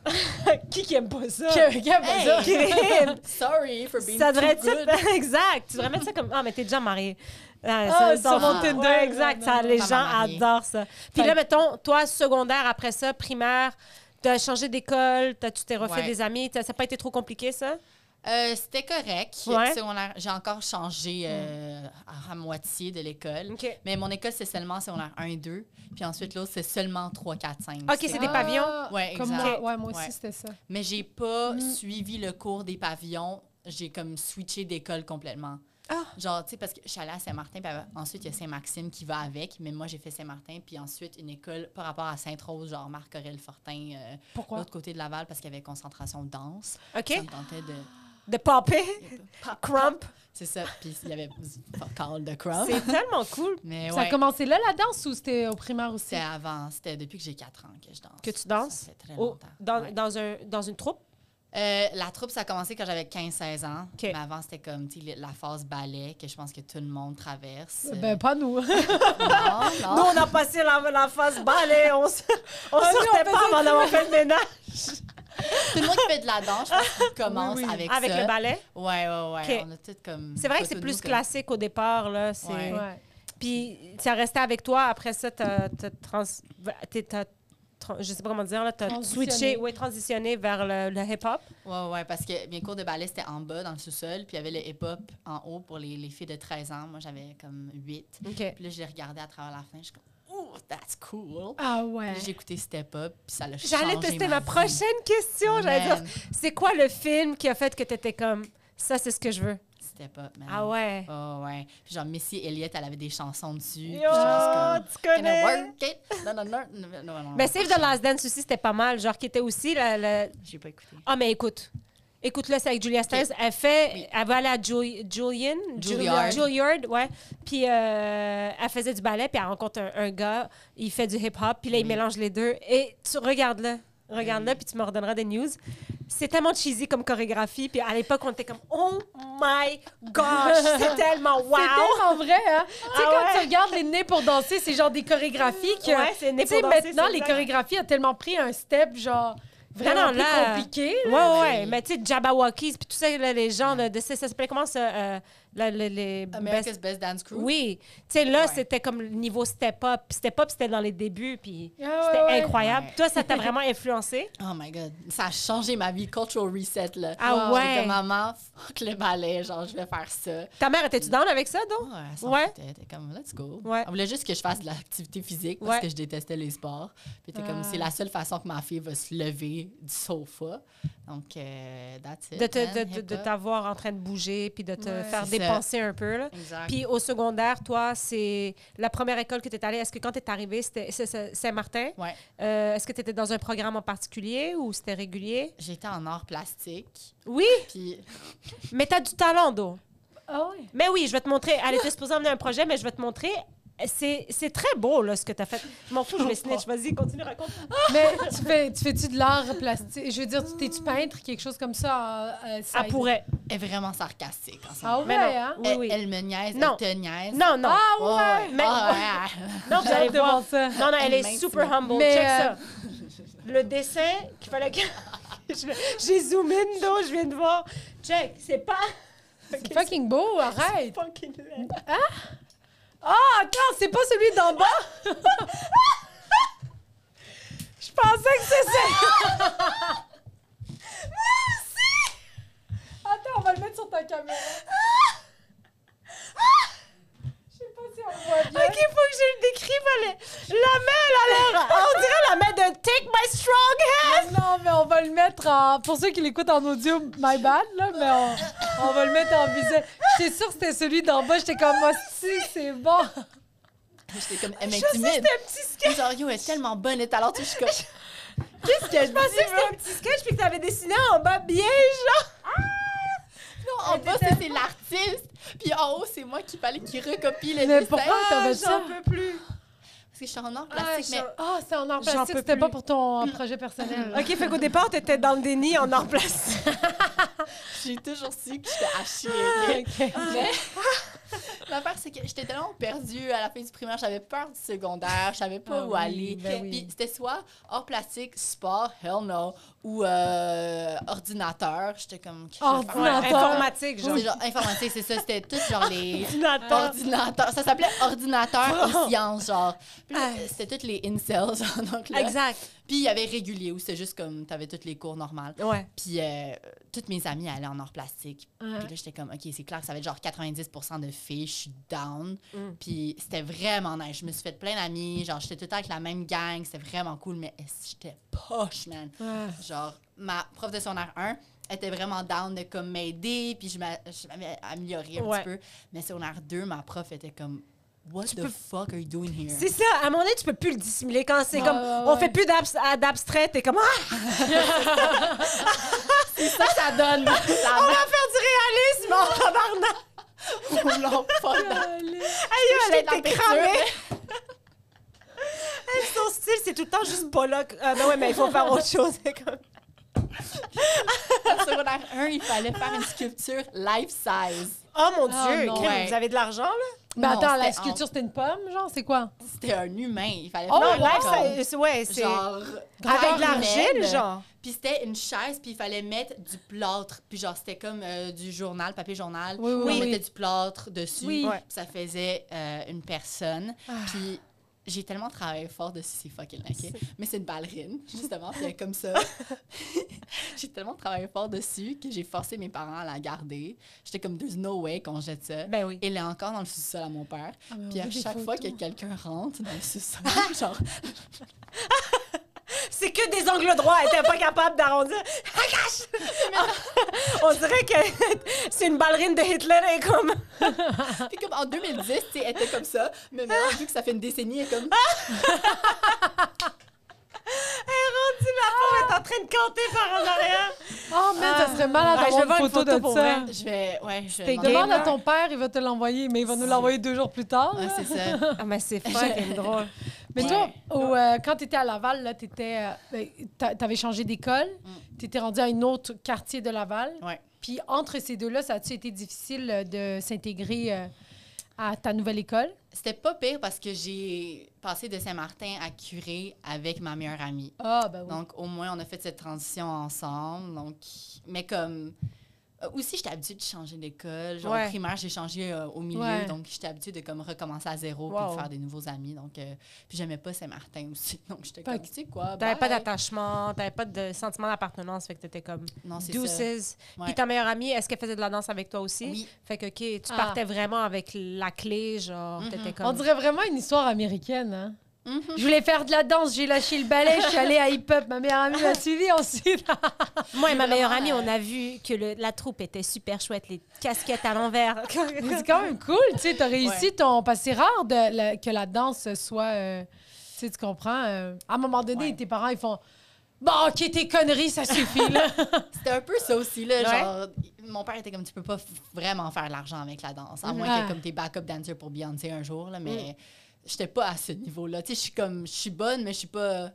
S1: qui qui aime pas ça?
S2: Que- que-
S3: Hey!
S2: ça.
S1: Crime.
S3: Sorry for being
S1: ça
S3: too
S1: devrait être
S3: good.
S1: ça. exact. Tu devrais mettre ça comme. Ah, mais t'es déjà mariée.
S2: Ah,
S1: ça,
S2: sur
S3: mon
S1: ah,
S2: Tinder.
S1: ouais, exact.
S2: Non,
S1: ça,
S2: non,
S1: les
S3: pas
S1: gens
S3: ma mariée.
S1: adorent ça. Puis
S2: Fait-
S1: là, mettons, toi, secondaire, après ça, primaire, t'as changé d'école, t'as- tu t'es refait
S3: Ouais.
S1: des amis. t'as- Ça n'a pas été trop compliqué, ça?
S3: Euh, C'était correct.
S1: Ouais.
S3: Secondaire- J'ai encore changé euh, à, à moitié de l'école.
S1: OK.
S3: Mais mon école, c'est seulement secondaire 1 et 2. Puis ensuite, l'autre, c'est seulement 3, 4, 5.
S1: Ok, c'est des
S2: Ah,
S1: pavillons?
S3: Ouais,
S2: comme
S3: exact.
S2: moi, ouais, moi aussi,
S3: Ouais.
S2: c'était ça.
S3: Mais j'ai pas
S2: Mm.
S3: suivi le cours des pavillons. J'ai comme switché d'école complètement.
S1: Ah.
S3: Genre, tu sais, parce que je suis allée à Saint-Martin, puis ensuite, il y a Saint-Maxime qui va avec, mais moi, j'ai fait Saint-Martin, puis ensuite, une école par rapport à Sainte-Rose, genre Marc-Aurèle Fortin, euh,
S2: Pourquoi?
S3: l'autre côté de Laval, parce qu'il y avait concentration de danse.
S1: OK?
S3: Ça me tentait de...
S1: De popper, crump.
S3: C'est ça, puis il y avait Carl de Crumb.
S1: C'est tellement cool
S3: Mais
S2: Ça a
S3: ouais,
S2: commencé là, la danse, ou c'était au primaire aussi?
S3: c'était avant, c'était depuis que j'ai 4 ans que je danse.
S1: que tu danses.
S3: Ça fait très
S1: au-
S3: longtemps.
S1: dans,
S3: ouais.
S1: dans un, dans une troupe.
S3: Euh, la troupe, ça a commencé quand j'avais 15-16 ans.
S1: OK.
S3: Mais avant, c'était comme tu sais, la phase ballet que je pense que tout le monde traverse.
S2: Ben, pas nous.
S3: non, non.
S1: Nous, on a passé la, la phase balai. On, se- on
S2: Ah, nous, on
S1: sortait pas
S2: faisait-
S1: avant d'avoir fait le ménage
S3: tout le monde qui fait de la danse, je pense qu'il commence
S2: Oui, oui.
S3: avec,
S1: avec
S3: ça.
S1: le ballet.
S3: Ouais, ouais, ouais.
S1: OK.
S3: On a tout comme.
S1: C'est vrai que
S3: photo
S1: c'est
S3: de
S1: plus
S3: nous comme-
S1: classique au départ. Là, c'est...
S3: Ouais.
S2: Ouais.
S1: Puis ça restait avec toi. Après ça, t'as, t'as trans... t'es- t'as tran- je sais pas comment dire, là, t'as
S2: Transitionné.
S1: switché, ouais, transitionné vers le, le hip-hop.
S3: Ouais, ouais, parce que mes cours de ballet, c'était en bas, dans le sous-sol, puis il y avait le hip-hop en haut pour les, les filles de 13 ans. Moi, j'avais comme 8.
S1: OK.
S3: Puis là, je les regardais à travers la fin. Je suis comme, oh, that's cool.
S2: Ah ouais.
S3: Puis J'ai écouté Step Up, puis ça l'a changé.
S1: J'allais tester ma,
S3: vie.
S1: prochaine question. J'allais dire,
S3: Man,
S1: c'est quoi le film qui a fait que t'étais comme, ça, c'est ce que je veux?
S3: Step Up, man.
S1: Ah ouais.
S3: Oh, ouais. Puis genre, Missy Elliott, elle avait des chansons dessus. Puis
S1: Yo,
S3: genre,
S1: tu
S3: c'est comme, Gonna
S1: connais? Ben,
S3: work it. Non, non, non. non, non, non.
S1: Mais Save the Last Dance aussi, c'était pas mal. Genre, qui était aussi le... le-
S3: J'ai pas écouté.
S1: Ah, mais écoute, Écoute-le, c'est avec Julia Stiles. Elle fait, elle va aller à Jul- Julian,
S3: Juilliard.
S1: Juilliard, ouais. Puis euh, elle faisait du ballet, puis elle rencontre un, un gars, il fait du hip-hop, puis là, il mélange les deux. Et tu regardes-le, regarde-le, puis tu me redonneras des news. C'est tellement cheesy comme chorégraphie, puis à l'époque, on était comme « Oh my gosh! » C'est tellement wow!
S2: C'est tellement vrai, hein? tu sais,
S1: Ah
S2: quand
S1: ouais.
S2: tu regardes les nez pour danser, c'est genre des chorégraphies que...
S1: Ouais, c'est nez
S2: Tu sais,
S1: pour danser,
S2: maintenant,
S1: c'est
S2: les
S1: exact.
S2: chorégraphies ont tellement pris un step, genre,
S1: Non,
S2: vraiment
S1: non,
S2: plus
S1: là-
S2: compliqué.
S1: Ouais, ouais, ouais. mais tu sais, Jabberwockies, puis tout ça, là, les gens là, de... Ça s'appelait comment, ça? euh, là, les- les
S3: America's
S1: best-
S3: Best, Dance Crew.
S1: Oui, tu sais, là,
S3: Ouais.
S1: c'était comme le niveau step-up. Puis Step-up, c'était dans les débuts, puis
S2: Ah,
S1: c'était
S2: ouais, ouais.
S1: incroyable.
S3: Ouais.
S1: Toi, ça t'a vraiment influencé?
S3: Oh my god, ça a changé ma vie. Cultural reset, là.
S1: Ah
S3: Wow.
S1: ouais.
S3: J'étais comme, maman, fuck le ballet, genre, je vais faire ça.
S1: Ta mère, étais-tu down avec ça, donc?
S3: Ouais, elle s'en
S1: Ouais.
S3: foutait. Elle était comme, let's go.
S1: Ouais.
S3: Elle voulait juste que je fasse de l'activité physique parce
S1: Ouais.
S3: que je détestais les sports. Puis elle était
S2: Ah.
S3: comme, c'est la seule façon que ma fille va se lever du sofa. Donc, euh, that's it.
S1: De, te-
S3: man.
S1: de- de- de
S3: Hip-hop.
S1: t'avoir en train de bouger, puis de te
S2: Ouais.
S1: faire
S3: C'est ça.
S1: dépenser un peu, là.
S3: Exact.
S1: Puis au secondaire, toi, c'est la première école que tu es allée. Est-ce que quand tu es arrivée, c'était c'est- c'est- Saint-Martin?
S3: Ouais.
S1: Euh, Est-ce que tu étais dans un programme en particulier ou c'était régulier?
S3: J'étais en art plastique.
S1: Oui,
S3: Puis,
S1: mais tu as du talent, Do.
S2: Ah ouais.
S1: Mais oui, je vais te montrer. Elle était supposée emmener un projet, mais je vais te montrer. C'est c'est très beau, là, ce que tu as fait. Je m'en fous, je vais snitch. Vas-y, continue, raconte.
S2: Mais tu fais- tu fais-tu de l'art plastique? Je veux dire, tu t'es-tu peintre, quelque chose comme ça? euh, euh,
S1: Elle
S2: side?
S1: pourrait.
S3: elle est vraiment sarcastique en ce moment.
S2: Ah ouais,
S1: Ah, Mais non.
S2: hein?
S1: Oui,
S3: elle,
S1: oui.
S3: elle me niaise,
S1: Non.
S3: elle te niaise.
S1: Non, non.
S2: Ah
S3: Oh, ouais.
S1: Mais-
S3: Ah, ouais.
S1: non, vous
S2: J'ai
S1: allez
S2: hâte de voir
S1: voir.
S2: ça.
S1: Non, non, elle est
S3: Elle
S1: super humble.
S2: Mais,
S1: Check ça. euh, Le dessin qu'il fallait que. Je vais- J'ai zoomé dedans, je viens de voir. Check, c'est pas.
S2: C'est
S1: Ok,
S2: fucking beau,
S1: c'est
S2: arrête! Hein?
S1: fucking laid.
S2: Ah, attends, c'est pas celui d'en bas! Je pensais que c'était ça! Moi aussi! Attends, on va le mettre sur ta caméra. Je sais pas si on le voit
S1: Ok, faut que
S2: bien.
S1: je le décrive. elle est- La main, elle a l'air. On dirait la main de Take My Strong Hand.
S2: Non, mais on va le mettre en... Pour ceux qui l'écoutent en audio, my bad, là, mais on, on va le mettre en visuel. J'étais sûre que c'était celui d'en bas. J'étais comme, si c'est bon.
S3: J'étais comme, elle
S1: Je sais,
S3: m'intimide.
S1: c'était un petit sketch.
S3: Genre, yo, elle est tellement bonne, elle est talentueuse. Je suis comme,
S1: Qu'est-ce que je pensais que c'était un petit sketch puis que t'avais dessiné en bas bien genre.
S3: Non, en bas, c'est c'est l'artiste. Puis en haut, c'est moi qui fallait qu'il recopie le
S2: Mais
S3: dessin.
S2: pourquoi t'avais ça?
S1: peux plus.
S3: Parce que je suis en art
S2: Ah,
S3: plastique, mais
S2: oh, c'est en art
S1: J'en
S2: plastique,
S1: peux
S2: c'était
S1: plus.
S2: pas pour ton euh, projet personnel.
S3: Mm.
S1: Ok, fait qu'au départ t'étais dans le déni en en place.
S3: j'ai toujours su que j'étais à chier. Mais l'affaire, c'est que j'étais tellement perdue à la fin du primaire. J'avais peur du secondaire. Je savais pas
S2: Ah
S3: où
S2: oui,
S3: aller.
S2: ben oui.
S3: Puis c'était soit art plastique, sport, hell no, ou euh, ordinateur. J'étais comme... qu'est-ce que je vais faire?
S2: Ordinateur.
S1: informatique genre.
S3: C'est genre informatique, c'est ça. C'était tout genre les...
S1: Ordinateur.
S3: Ordinateur. Ça s'appelait ordinateur et science, genre. Puis là, C'était toutes les incels, genre. Donc là,
S1: Exact.
S3: Puis il y avait régulier où c'est juste comme t'avais tous les cours normaux.
S1: Ouais.
S3: Puis euh, toutes mes amies allaient en art plastique.
S2: Ouais.
S3: Puis là, j'étais comme, OK, c'est clair que ça va être genre 90 de filles, je suis down.
S1: Mm.
S3: Puis c'était vraiment nice. Je me suis fait plein d'amis. Genre, j'étais tout le temps avec la même gang. C'était vraiment cool, mais est-ce que j'étais poche, man. Genre, ma prof de secondaire 1 était vraiment down de comme m'aider, puis je m'a- je m'avais améliorée un
S1: Ouais.
S3: petit peu. Mais secondaire 2, ma prof était comme, What the
S1: peux-
S3: fuck are you doing here?
S1: C'est ça, à mon avis, tu peux plus le dissimuler quand c'est
S2: Ouais,
S1: comme
S2: ouais,
S1: on
S2: ouais.
S1: fait plus d'abs- à- d'abstrait, t'es comme ah,
S3: C'est ça que ça donne.
S1: on va
S3: la
S1: faire du réalisme en tabarnak.
S3: on l'a pas dans-
S1: Aïe,
S3: Je
S1: elle
S3: fais de la
S1: était
S3: peinture,
S1: cramée. Elle, Son style, c'est tout le temps juste bollock. Ah ben ouais, mais il faut faire autre chose. C'est comme-
S3: En secondaire 1, il fallait faire une sculpture life size.
S1: Oh mon
S2: Ah,
S1: dieu,
S2: non.
S1: crime,
S3: Ouais.
S1: vous avez de l'argent là?
S2: Mais
S3: Non,
S2: attends, la
S3: c'était en-
S2: sculpture, c'était une pomme, genre, c'est quoi?
S3: C'était un humain. Il fallait
S2: Oh,
S1: non,
S3: faire
S2: wow.
S1: live, ça- c'est- ouais, c'est.
S3: genre
S1: Avec de
S3: grandeur
S1: l'argile,
S3: humaine.
S1: genre.
S3: Puis c'était une chaise, puis il fallait mettre du plâtre. Puis genre, c'était comme euh, du journal, papier journal.
S2: Oui, oui,
S3: Puis
S2: oui.
S3: On mettait du plâtre dessus.
S2: Oui. Ah.
S1: Ouais.
S3: Ça faisait euh, une personne. Puis j'ai tellement travaillé fort dessus, c'est fucking laqué. Mais c'est une ballerine, justement. Puis elle est comme ça. j'ai tellement travaillé fort dessus que j'ai forcé mes parents à la garder. J'étais comme, there's no way qu'on jette ça.
S1: Ben oui.
S3: Elle est encore dans le sous-sol à mon père.
S2: mais on
S3: Ah, puis
S2: veut
S3: à
S2: des
S3: chaque fois que
S2: photos.
S3: quelqu'un rentre dans le sous-sol, genre,
S1: C'est que des angles droits. Elle était pas capable d'arrondir. Ah, cache! On dirait que c'est une ballerine de Hitler et comme.
S3: Puis comme en 2010, tu sais, elle était comme ça, mais maintenant, vu que ça fait une décennie, elle est comme...
S1: Elle est rendue la pauvre, elle est en train de canter par en arrière.
S2: Oh, man, ça serait malade
S1: Ah, je vais
S2: d'avoir une
S1: voir une
S2: photo
S1: photo
S2: de
S1: pour
S2: ça.
S1: vrai.
S3: Je vais. Ouais, je
S1: C'était
S3: vais demander-
S1: gay.
S2: Demande à
S1: Gamer.
S2: ton père, il va te l'envoyer, mais il va nous
S3: C'est-
S2: l'envoyer deux jours plus tard.
S3: Ouais,
S2: là.
S3: c'est ça.
S1: Ah, mais c'est fucking drôle.
S2: mais
S3: Ouais.
S2: toi, au, euh, quand tu étais à Laval, là, t'étais, euh, ben, t'a- t'avais changé d'école,
S3: Mm.
S2: tu étais rendu à un autre quartier de Laval.
S3: Ouais.
S2: Puis entre ces deux-là, ça a-tu été difficile euh, de s'intégrer euh, à ta nouvelle école?
S3: C'était pas pire parce que j'ai passé de Saint-Martin à Curé avec ma meilleure amie.
S2: Ah, ben oui.
S3: Donc, au moins, on a fait cette transition ensemble. Donc, mais comme. euh, Aussi, j'étais habituée de changer d'école. Genre,
S1: Ouais.
S3: au primaire, j'ai changé euh, au milieu.
S2: Ouais.
S3: Donc, j'étais habituée de comme recommencer à zéro puis
S1: Wow.
S3: de faire des nouveaux amis. Donc, euh, puis j'aimais pas Saint-Martin aussi. Donc, j'étais
S2: Fait
S3: comme,
S2: que
S3: tu sais quoi.
S1: T'avais pas
S3: bye.
S1: d'attachement, t'avais pas de sentiment d'appartenance, fait que t'étais comme
S3: Non, c'est ça.
S1: douces.
S3: Ouais.
S1: Puis ta meilleure amie, est-ce qu'elle faisait de la danse avec toi aussi?
S3: Oui.
S1: Fait que, OK, tu
S2: Ah.
S1: partais vraiment avec la clé, genre,
S3: Mhm.
S1: t'étais comme...
S2: On dirait vraiment une histoire américaine, hein?
S3: Mhm.
S2: Je voulais faire de la danse, j'ai lâché le ballet, je suis allée à hip-hop, ma meilleure amie m'a suivi ensuite.
S1: Moi et ma
S3: Vraiment,
S1: meilleure amie,
S3: euh,
S1: on a vu que le- la troupe était super chouette, les casquettes à l'envers.
S2: C'est quand même cool, tu sais, t'as réussi ton... Parce que c'est rare de, la- que la danse soit... euh, tu sais, tu comprends? euh, à un moment donné,
S3: Ouais.
S2: tes parents, ils font... Bon, OK, tes conneries, ça suffit, là.
S3: C'était un peu ça aussi, là.
S1: Ouais.
S3: Genre, mon père était comme, tu peux pas f- vraiment faire de l'argent avec la danse. À
S2: Mhm.
S3: moins
S2: Ah.
S3: que comme t'es backup dancer pour Beyoncé un jour, là.
S1: Mm.
S3: Mais j'étais pas à ce niveau-là. Tu sais, je suis comme, je suis bonne, mais je suis pas.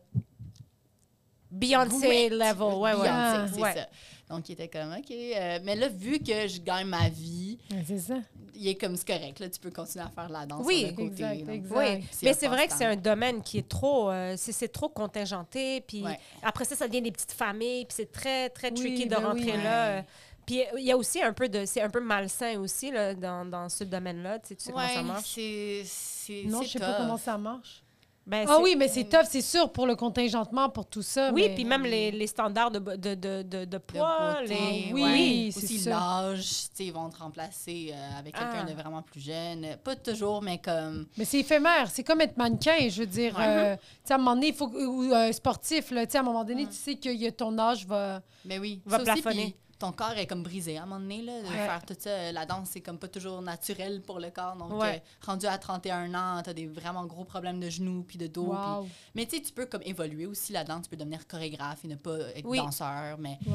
S1: Beyoncé
S3: great.
S1: level, ouais, ouais.
S3: Beyoncé,
S2: Ah.
S3: c'est
S1: Ouais.
S3: ça. Donc, il était comme, OK. euh, mais là, vu que je gagne ma vie,
S2: c'est ça.
S3: il est comme, c'est correct, là. Tu peux continuer à faire de la danse.
S1: Oui.
S3: sur le côté,
S2: Exact,
S3: donc.
S2: exact.
S1: Oui,
S3: C'est
S1: mais
S3: un
S1: c'est vrai que
S3: passe-temps.
S1: c'est un domaine qui est trop, euh, c'est c'est trop contingenté, puis
S3: Ouais.
S1: après ça, ça devient des petites familles, puis c'est très, très
S2: Oui,
S1: tricky de
S2: ben oui.
S1: rentrer là.
S3: Ouais.
S1: Puis euh, il y a aussi un peu de, c'est un peu malsain aussi là, dans, dans ce domaine-là, tu sais, tu sais comment ça
S3: Ouais,
S1: marche.
S3: c'est. c'est-
S2: Non,
S3: c'est
S2: je sais
S3: tough.
S2: pas comment ça marche.
S1: Ben,
S2: Ah
S1: c'est-
S2: oui, mais c'est tough, c'est sûr, pour le contingentement, pour tout ça.
S1: Oui,
S2: mais-
S1: puis même les, les standards de, bo- de, de, de, de
S3: de
S1: poids,
S3: beauté,
S1: les...
S2: oui,
S3: ouais.
S2: oui, c'est
S3: aussi
S2: ça.
S3: l'âge, tu sais, ils vont te remplacer euh, avec quelqu'un
S1: Ah.
S3: de vraiment plus jeune. Pas toujours, mais comme
S2: Mais c'est éphémère, c'est comme être mannequin, je veux dire.
S3: Ouais.
S2: euh, tu sais, à un moment donné, il faut. que- Ou euh, sportif, là. Tu sais, à un moment donné, tu sais que y a ton âge va.
S3: Mais oui,
S1: Va
S3: ça aussi,
S1: plafonner.
S3: puis ton corps est comme brisé à un moment donné. Là, de
S2: Ouais.
S3: Faire tout ça, euh, la danse, c'est comme pas toujours naturel pour le corps. Donc,
S1: Ouais.
S3: euh, rendu à 31 ans, t'as des vraiment gros problèmes de genoux puis de dos. puis-
S2: Wow.
S3: Mais tu sais, tu peux comme évoluer aussi la danse. Tu peux devenir chorégraphe et ne pas être
S1: Oui.
S3: danseur. Mais
S2: Ouais.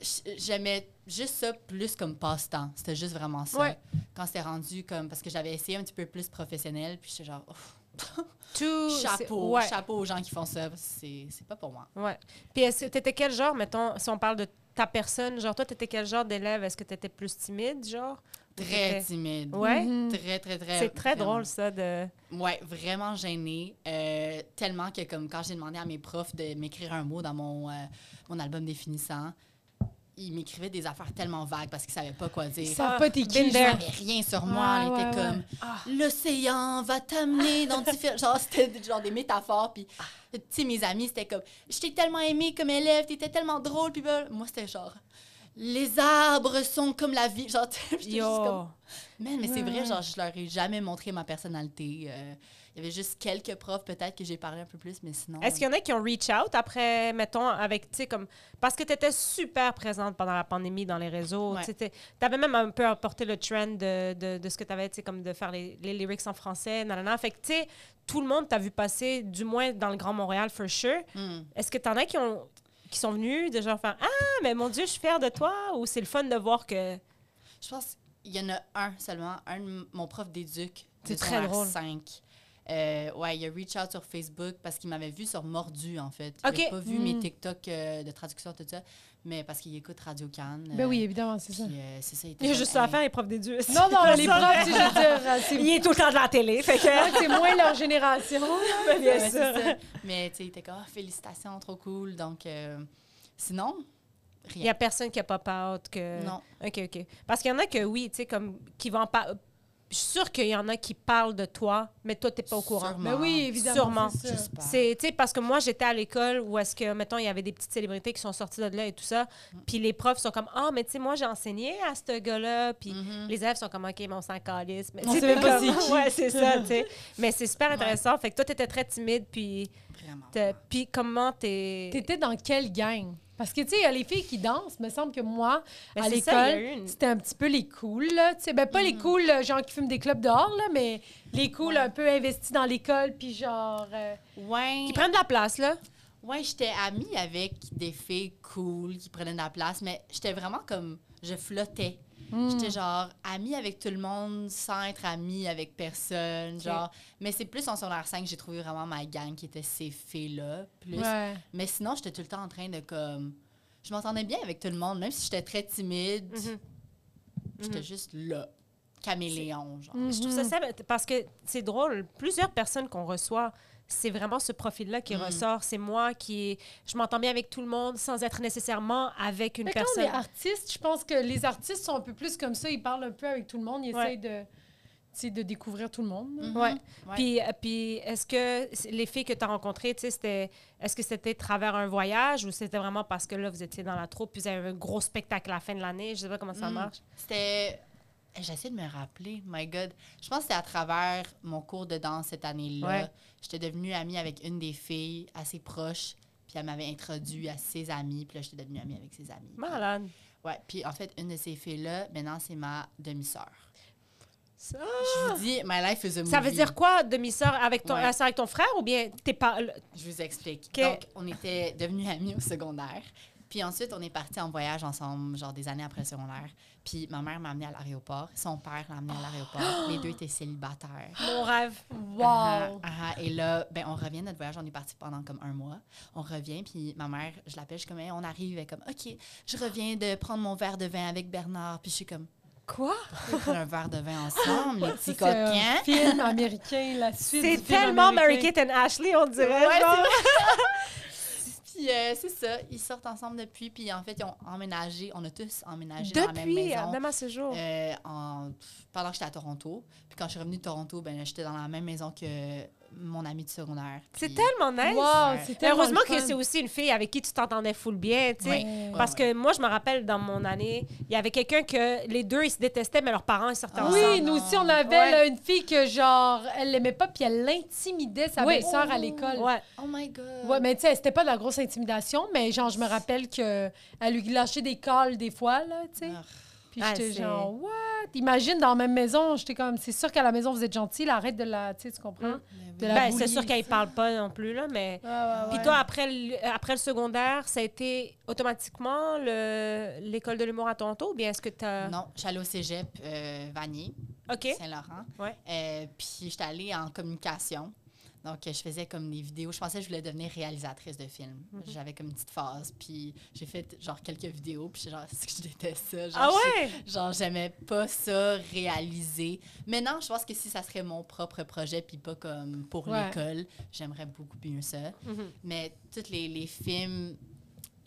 S3: j- j'aimais juste ça plus comme passe-temps. C'était juste vraiment ça.
S1: Ouais.
S3: Quand c'était rendu comme... Parce que j'avais essayé un petit peu plus professionnel, puis j'étais genre... Ouf,
S1: tout... c'est-
S3: chapeau,
S1: ouais.
S3: chapeau aux gens qui font ça. C'est c'est pas pour moi.
S1: Ouais. Puis est-ce que t'étais quel genre, mettons, si on parle de ta personne, genre toi, t'étais quel genre d'élève? Est-ce que t'étais plus timide, genre? Ou
S3: Très
S1: t'étais-
S3: timide.
S1: Ouais?
S2: Mhm.
S3: Très, très, très.
S1: C'est très
S3: vraiment.
S1: drôle, ça, de...
S3: Ouais, vraiment gênée. Euh, tellement que, comme quand j'ai demandé à mes profs de m'écrire un mot dans mon, euh, mon album définissant, ils m'écrivaient des affaires tellement vagues parce qu'ils savaient pas quoi dire.
S2: Ils savent pas t'es qui,
S1: been
S3: Ils
S1: there.
S2: genre.
S3: savaient rien sur
S2: Ah,
S3: moi. Ils étaient
S2: ouais, ouais. Ah.
S3: comme l'océan va t'amener dans différents. genre, c'était des- genre des métaphores. Puis,
S2: Ah.
S3: tu sais, mes amis, c'était comme je t'ai tellement aimé comme élève, t'étais tellement drôle. Puis, ben, moi, c'était genre les arbres sont comme la vie. Genre, j'étais juste
S1: Yo!
S3: comme. Man, mais c'est
S2: Ouais,
S3: vrai,
S2: ouais.
S3: genre, je leur ai jamais montré ma personnalité. Euh, Il y avait juste quelques profs, peut-être, que j'ai parlé un peu plus, mais sinon.
S1: Est-ce qu'il
S3: euh,
S1: y en a qui ont reach out après, mettons, avec, tu sais, comme. Parce que tu étais super présente pendant la pandémie dans les réseaux.
S3: Ouais.
S1: Tu avais même un peu apporté le trend de, de, de ce que tu avais, tu sais, comme de faire les, les lyrics en français, nanana. Fait que, tu sais, tout le monde t'a vu passer, du moins dans le Grand Montréal, for sure.
S3: hmm.
S1: Est-ce que t'en as qui, ont, qui sont venus de genre faire Ah, mais mon Dieu, je suis fière de toi ou c'est le fun de voir que.
S3: Je pense qu'il y en a un seulement, un de m- mon prof d'éduc.
S1: C'est
S3: de
S1: très
S3: secondaire
S1: drôle.
S3: 5. Euh, ouais, il a reach out sur Facebook parce qu'il m'avait vu sur Mordu, en fait. Il
S1: Ok.
S3: a pas vu
S2: Hmm.
S3: mes TikTok euh, de traduction, tout ça, mais parce qu'il écoute Radio Cannes. euh,
S2: Ben oui, évidemment, c'est ça.
S3: c'est ça. était
S1: Il y a
S3: comme,
S1: juste ça à
S3: Hey,
S1: faire, les profs des dieux.
S2: Non, non, les profs, tu sais, je veux dire, euh, c'est
S1: Il est tout le temps de la télé. Fait que.
S2: moins- c'est moins leur génération.
S1: Ben, bien sûr.
S3: Ouais, c'est ça. Mais tu sais, il était comme, Ah, félicitations, trop cool. Donc, euh, sinon,
S1: Il n'y
S3: rien.
S1: a personne qui a pop out. Que...
S3: Non.
S1: OK, OK. Parce qu'il y en a que oui, tu sais, comme, qui vont pas. Je suis sûre qu'il y en a qui parlent de toi, mais toi, t'es pas au courant.
S3: Sûrement.
S2: Ben oui, évidemment.
S1: Sûrement.
S2: c'est ça.
S3: J'espère.
S1: C'est, tu sais, parce que moi, j'étais à l'école où est-ce que, mettons, il y avait des petites célébrités qui sont sorties de là et tout ça.
S3: Mm.
S1: Puis les profs sont comme, ah, mais tu sais, moi, j'ai enseigné à ce gars-là. Puis
S3: Mhm.
S1: les élèves sont comme, OK, mais on s'en calisse. Mais
S2: On
S1: tu sais, t'es
S2: sait même pas
S1: comme-
S2: c'est qui.
S1: Ouais, c'est ça, tu sais. Mais c'est super
S3: Ouais.
S1: intéressant. Fait que toi, t'étais très timide. Puis,
S3: Vraiment.
S1: t'as- puis comment t'es.
S2: T'étais dans quelle gang? Parce que, tu sais, il y a les filles qui dansent. me semble que moi,
S1: Mais
S2: à
S1: c'est ça, il
S2: l'école,
S1: y a eu une-
S2: c'était un petit peu les cools, là. Tu sais, ben, pas les cools, euh, genre, qui fument des clubs dehors, là, mais les cools
S3: Ouais.
S2: un peu investis dans l'école, puis genre... euh,
S3: Ouais.
S1: Qui prennent de la place, là.
S3: Ouais, j'étais amie avec des filles cool qui prenaient de la place, mais j'étais vraiment comme. Je flottais. Mm.
S1: Hmm.
S3: J'étais genre amie avec tout le monde sans être amie avec personne. Genre. Mais c'est plus en secondaire 5 que j'ai trouvé vraiment ma gang qui était ces filles-là. Plus.
S2: Ouais.
S3: Mais sinon, j'étais tout le temps en train de comme. Je m'entendais bien avec tout le monde, même si j'étais très timide.
S1: Mhm.
S3: J'étais juste là. Caméléon, genre.
S1: Oh, Je trouve ça
S2: Mm-hmm.
S1: simple parce que c'est drôle. Plusieurs personnes qu'on reçoit, c'est vraiment ce profil-là qui
S3: Mm.
S1: ressort. C'est moi qui. est- Je m'entends bien avec tout le monde sans être nécessairement avec une
S2: Mais quand on
S1: personne.
S2: est artiste, je pense que les artistes sont un peu plus comme ça. Ils parlent un peu avec tout le monde. Ils
S1: Ouais.
S2: essayent de, tu sais, de découvrir tout le monde.
S3: Mhm.
S1: Ouais.
S3: Ouais.
S1: Puis, euh, puis est-ce que c- les filles que tu as rencontrées, tu sais, c'était, est-ce que c'était travers un voyage ou c'était vraiment parce que là, vous étiez dans la troupe, puis vous avez un gros spectacle à la fin de l'année? Je sais pas comment ça
S3: Mm.
S1: marche.
S3: C'était. J'essaie de me rappeler, my God. Je pense que c'est à travers mon cours de danse cette année-là.
S1: Ouais.
S3: J'étais devenue amie avec une des filles assez proche, puis elle m'avait introduit à ses amis, puis là, j'étais devenue amie avec ses amis.
S1: Malade.
S3: Ouais, puis en fait, une de ces filles-là, maintenant, c'est ma demi-sœur.
S1: Ça,
S3: Je vous dis, my life is a movie.
S1: veut dire quoi, demi-sœur, avec ton,
S3: Ouais.
S1: euh, ça avec ton frère ou bien t'es pas. le-
S3: Je vous explique.
S1: Que-
S3: Donc, on était devenus amis au secondaire. Puis ensuite, on est partis en voyage ensemble, genre des années après le secondaire. Puis ma mère m'a amenée à l'aéroport, son père l'a amenée à l'aéroport. Les deux étaient célibataires.
S1: Mon rêve.
S3: Ah,
S2: Wow!
S3: ah, ah. et là, ben, on revient de notre voyage. On est parti pendant comme un mois. On revient, puis ma mère, je l'appelle, je suis comme, Hey, on arrive. Elle est comme, OK, je reviens de prendre mon verre de vin avec Bernard. Puis je suis comme,
S1: Quoi?
S3: on prend un verre de vin ensemble, les
S2: Ça,
S3: petits
S2: c'est un
S3: coquins.
S2: film américain, la suite.
S1: C'est
S2: du film
S1: tellement Mary
S2: américain.
S1: Kate and Ashley, on dirait.
S3: Ouais,
S1: genre.
S3: Puis euh, c'est ça, ils sortent ensemble depuis. Puis en fait, ils ont emménagé, on a tous emménagé dans la même
S1: Depuis, euh,
S3: maison.
S1: même à ce jour.
S3: euh, en- pendant que j'étais à Toronto. Puis quand je suis revenue de Toronto, ben, j'étais dans la même maison que mon ami de secondaire.
S1: c'est
S3: Puis-
S1: tellement nice.
S2: Wow,
S3: Ouais.
S2: c'est tellement
S1: Heureusement
S2: le
S1: que
S2: fun.
S1: c'est aussi une fille avec qui tu t'entendais full bien, tu sais.
S3: Ouais.
S2: Ouais.
S1: Parce que moi, je me rappelle dans mon année, il y avait quelqu'un que les deux, ils se détestaient, mais leurs parents, ils sortaient
S3: Ah.
S1: ensemble.
S2: Oui, nous aussi, on avait
S1: Ouais.
S2: là, une fille que, genre, elle l'aimait pas, puis elle l'intimidait, sa
S1: Oui.
S2: belle-sœur, à l'école.
S1: Ouais.
S3: Oh my God!
S2: Ouais, mais tu sais, c'était pas de la grosse intimidation, mais genre, je me rappelle que elle lui lâchait des calls des fois, là, tu sais.
S3: Ah.
S2: Puis
S1: Ah,
S2: j'étais
S1: c'est-
S2: genre, what? Imagine dans la même maison, j'étais comme, c'est sûr qu'à la maison, vous êtes gentil, là, arrête de la. Tu sais, tu comprends?
S1: Mm.
S3: Mais oui.
S2: De la
S1: Ben, c'est
S2: bouillie.
S1: sûr qu'elle ne parle pas non plus, là, mais... Puis toi, après le, après le secondaire, ça a été automatiquement le- l'école de l'humour à Toronto ou bien est-ce que tu as...
S3: Non, j'allais au cégep euh, Vanier,
S1: OK.
S3: Saint-Laurent.
S1: Ouais.
S3: Euh, puis j'étais allée en communication. Donc, euh, je faisais comme des vidéos. Je pensais que je voulais devenir réalisatrice de films.
S1: Mhm.
S3: J'avais comme une petite phase. Puis j'ai fait genre quelques vidéos. Puis j'étais genre, c'est que je déteste ça. Genre,
S1: Ah
S3: je-
S1: ouais?
S3: Genre, j'aimais pas ça réaliser. Maintenant, je pense que si ça serait mon propre projet, puis pas comme pour
S2: Ouais.
S3: l'école, j'aimerais beaucoup mieux ça.
S1: Mhm.
S3: Mais tous les, les films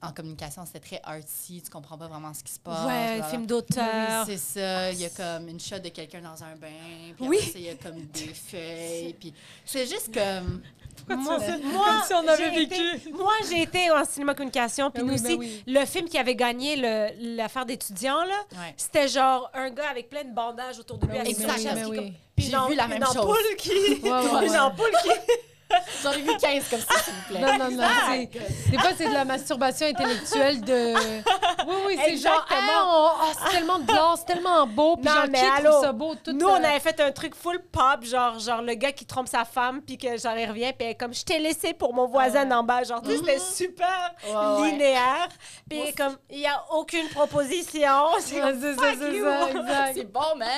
S3: en communication, c'était très artsy. Tu comprends pas vraiment ce qui se passe.
S1: ouais,
S3: blablabla.
S1: film
S3: Oui,
S1: d'auteur. Ah,
S3: c'est ça. Il y a comme une shot de quelqu'un dans un bain. Puis
S1: Oui.
S3: après ça, il y a comme des feuilles. Puis c'est juste comme.
S1: moi,
S2: tu fais ça?
S1: moi,
S2: Comme si on avait
S1: j'ai
S2: vécu.
S1: été- moi, j'ai été en cinéma communication, puis
S2: Ben
S1: nous
S2: oui,
S1: aussi,
S2: ben oui.
S1: le film qui avait gagné le- l'affaire d'étudiants, là,
S3: Ouais.
S1: c'était genre un gars avec plein de bandages autour de lui.
S2: Ben oui,
S1: avec
S2: ben
S1: sa
S3: oui,
S1: chaise
S3: ben
S1: qui
S2: oui.
S1: comme-
S3: J'ai
S1: une am-
S3: vu la même
S1: une
S3: chose.
S1: ampoule qui...
S2: Ouais, ouais,
S1: Une
S2: ouais.
S1: ampoule qui...
S3: J'en ai vu 15 comme ça, s'il vous plaît.
S2: Non, non, non. c'est- Des fois, c'est de la masturbation intellectuelle de. Oui, oui, c'est genre,
S1: Exactement.
S2: ah, on- ah, c'est tellement de blanc, c'est tellement beau, puis
S1: Non,
S2: genre,
S1: mais
S2: qui
S1: allô,
S2: trouve ça beau? Tout,
S1: Nous,
S2: euh,
S1: on avait fait un truc full pop, genre, genre le gars qui trompe sa femme, puis que genre il revient, puis elle est comme je t'ai laissé pour mon
S2: Ah.
S1: voisin en bas. Genre, tu sais, c'était
S2: Mmh.
S1: super
S3: Ouais, ouais.
S1: linéaire, puis comme il n'y a aucune proposition. C'est
S2: Ouais,
S1: comme,
S2: c'est ça,
S1: fuck
S2: c'est
S1: you.
S2: ça, exact.
S3: C'est bon, man!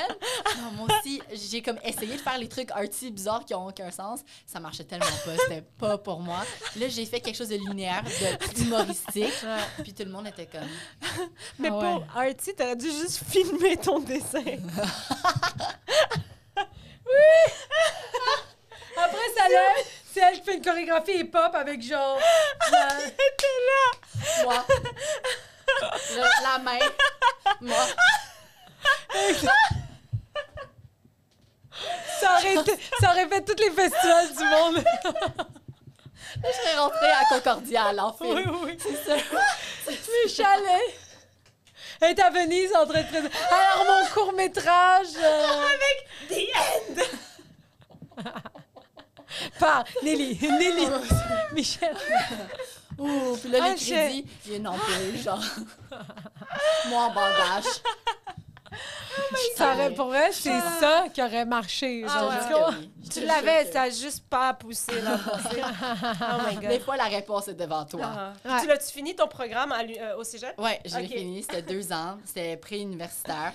S3: Non, moi aussi, j'ai comme essayé de faire les trucs arty bizarres qui ont aucun sens. Ça marchait tellement pas, c'était pas pour moi. Là, j'ai fait quelque chose de linéaire, de humoristique. Puis tout le monde était comme...
S1: Mais
S2: Ah ouais.
S1: pour Artie, t'aurais dû juste filmer ton dessin.
S2: Après, ça là, c'est elle qui fait une chorégraphie hip-hop avec genre. la-
S3: Moi. Là, la main. Moi.
S2: ça, aurait été- ça aurait fait tous les festivals du monde.
S3: Je serais rentrée à Concordia, à l'enfer.
S1: oui.
S2: Puis chalet. Elle est à Venise en train de présenter. Alors, mon court-métrage. euh,
S1: Avec des
S2: par Nelly. Nelly.
S1: Oh,
S2: Michel.
S3: Ouh, puis là,
S1: Ah, Ah,
S3: les crédits, il y a une ampoule, genre... Moi, en bandage.
S2: Ça aurait, pour vrai, c'est
S3: Ah.
S2: ça qui aurait marché.
S1: Ah
S2: genre,
S1: ouais.
S2: tu comprends?
S1: Tu l'avais, ça a juste pas poussé la poussée. Oh my
S3: Des
S1: god.
S3: fois, la réponse est devant toi.
S1: Ah.
S2: Ouais.
S1: Tu l'as-tu fini ton programme à l'u- euh, au cégep?
S3: Ouais, je l'ai
S1: Ok.
S3: fini. C'était deux ans. C'était pré-universitaire.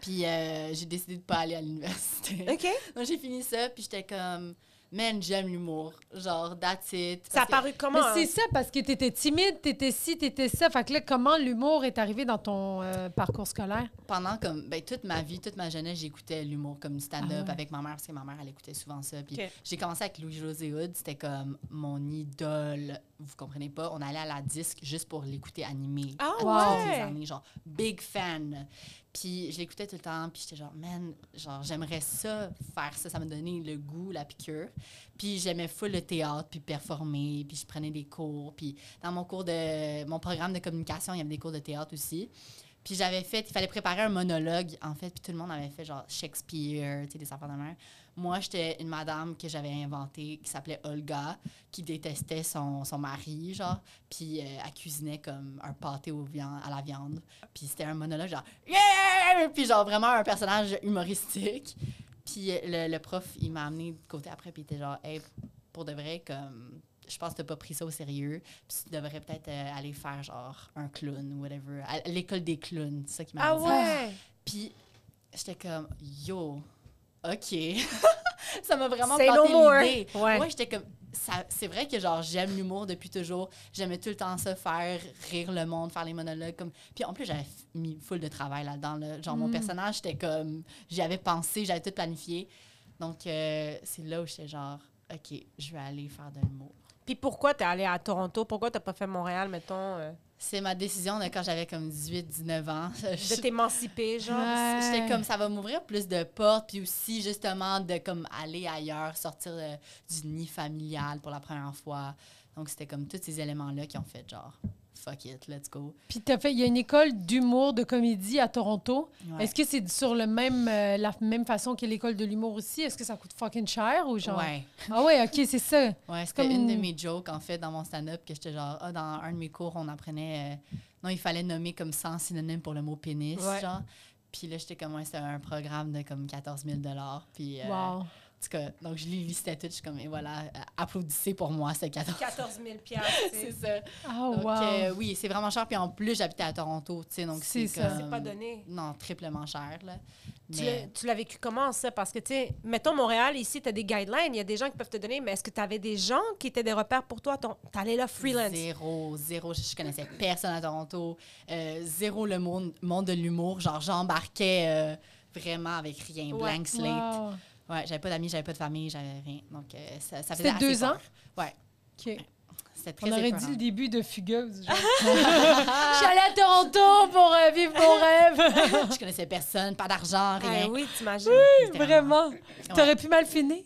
S3: Puis euh, j'ai décidé de pas aller à l'université.
S1: OK.
S3: Donc j'ai fini ça, puis j'étais comme, man, j'aime l'humour. Genre, that's it.
S1: Ça a
S3: Parce que-
S1: paru comment?
S2: Mais
S1: hein?
S2: c'est ça, parce que t'étais timide, t'étais ci, t'étais ça. Fait que là, comment l'humour est arrivé dans ton euh, parcours scolaire?
S3: pendant comme ben, toute ma vie, toute ma jeunesse, j'écoutais l'humour comme du stand-up
S2: Ah ouais.
S3: avec ma mère parce que ma mère elle écoutait souvent ça. Puis
S1: Ok.
S3: j'ai commencé avec Louis José Hood, c'était comme mon idole. Vous comprenez pas, on allait à la disque juste pour l'écouter animer.
S1: Ah
S3: à
S2: Wow.
S3: toutes les
S1: ouais!
S3: années, genre big fan. Puis je l'écoutais tout le temps, puis j'étais genre man, genre j'aimerais ça faire ça, ça me donnait le goût, la piqûre. Puis j'aimais full le théâtre, puis performer, puis je prenais des cours, puis dans mon cours de mon programme de communication, il y avait des cours de théâtre aussi. Puis j'avais fait, il fallait préparer un monologue, en fait, puis tout le monde avait fait genre Shakespeare, tu sais, des enfants de mer. Moi, j'étais une madame que j'avais inventée qui s'appelait Olga, qui détestait son, son mari, genre, puis euh, elle cuisinait comme un pâté au vian- à la viande. Puis c'était un monologue genre Yeah! Puis genre vraiment un personnage humoristique. Puis euh, le, le prof, il m'a amené de côté après, puis il était genre, hey, pour de vrai, comme, je pense que t'as pas pris ça au sérieux, puis tu devrais peut-être euh, aller faire genre un clown ou whatever. À l'école des clowns, c'est ça qui m'a
S1: Ah
S3: dit.
S1: ouais!
S3: Puis j'étais comme, yo, OK. ça m'a vraiment
S1: Say
S3: planté
S1: no more.
S3: l'idée.
S1: Ouais.
S3: Moi, j'étais comme, ça- c'est vrai que genre j'aime l'humour depuis toujours. J'aimais tout le temps ça, faire rire le monde, faire les monologues. Comme... Puis en plus, j'avais f- mis full de travail là-dedans. là. Genre, mon
S2: Mm.
S3: personnage, j'étais comme, j'y avais pensé, j'avais tout planifié. Donc, euh, c'est là où j'étais genre, OK, je vais aller faire de l'humour.
S1: Puis pourquoi t'es allé à Toronto? Pourquoi t'as pas fait Montréal, mettons? euh,
S3: C'est ma décision de quand j'avais comme 18-19 ans.
S1: de t'émanciper, genre?
S2: Ouais.
S3: J'étais comme ça va m'ouvrir plus de portes puis aussi justement de comme aller ailleurs, sortir euh, du nid familial pour la première fois. Donc c'était comme tous ces éléments là qui ont fait genre fuck it, let's go.
S2: Puis t'as fait, il y a une école d'humour, de comédie à Toronto.
S3: Ouais.
S2: Est-ce que c'est sur le même, euh, la même façon que l'école de l'humour aussi? Est-ce que ça coûte fucking cher ou genre?
S3: Ouais.
S2: Ah ouais, OK, c'est ça.
S3: Ouais, c'était une de
S2: comme-
S3: mes jokes, en fait, dans mon stand-up, que j'étais genre, ah, dans un de mes cours, on apprenait. euh, non, il fallait nommer comme 100 synonymes pour le mot pénis,
S1: Ouais.
S3: genre. Puis là, j'étais comme, ouais, c'était un programme de comme 14 000 Puis, euh, en
S2: Wow.
S3: tout cas, donc je les listais toutes, je suis comme, et voilà, euh, applaudissez pour moi, c'est 14
S1: 14 000
S3: C'est
S1: c'est
S3: ça.
S2: Ah,
S3: Donc,
S2: wow.
S3: euh, oui, c'est vraiment cher. Puis en plus, j'habitais à Toronto, tu sais, donc
S2: C'est
S3: c'est
S2: ça.
S3: comme-
S1: c'est pas donné.
S3: Non, triplement cher, là.
S1: Tu l'as-
S3: Mais
S1: Tu l'as vécu comment, ça? Parce que, tu sais, mettons Montréal, ici, t'as des guidelines, il y a des gens qui peuvent te donner, mais est-ce que t'avais des gens qui étaient des repères pour toi? Ton- T'allais là freelance.
S3: Zéro, zéro. Je, je connaissais personne à Toronto. Euh, zéro le monde, monde de l'humour. Genre, j'embarquais euh, vraiment avec rien.
S1: Ouais.
S3: Blank slate.
S2: Wow.
S3: Ouais, j'avais pas d'amis, j'avais pas de famille, j'avais rien. Donc, euh, ça, ça
S2: C'était
S3: faisait assez
S2: deux
S3: peur.
S2: ans?
S3: Ouais,
S2: OK.
S3: c'était très
S2: On aurait
S3: épeurant.
S2: dit le début de Fugueuse. genre. Je suis allée à Toronto pour euh, vivre mon rêve.
S3: Je connaissais personne, pas d'argent, rien.
S1: Ah oui, t'imagines.
S3: Littéralement.
S2: Vraiment. T'aurais pu mal finir.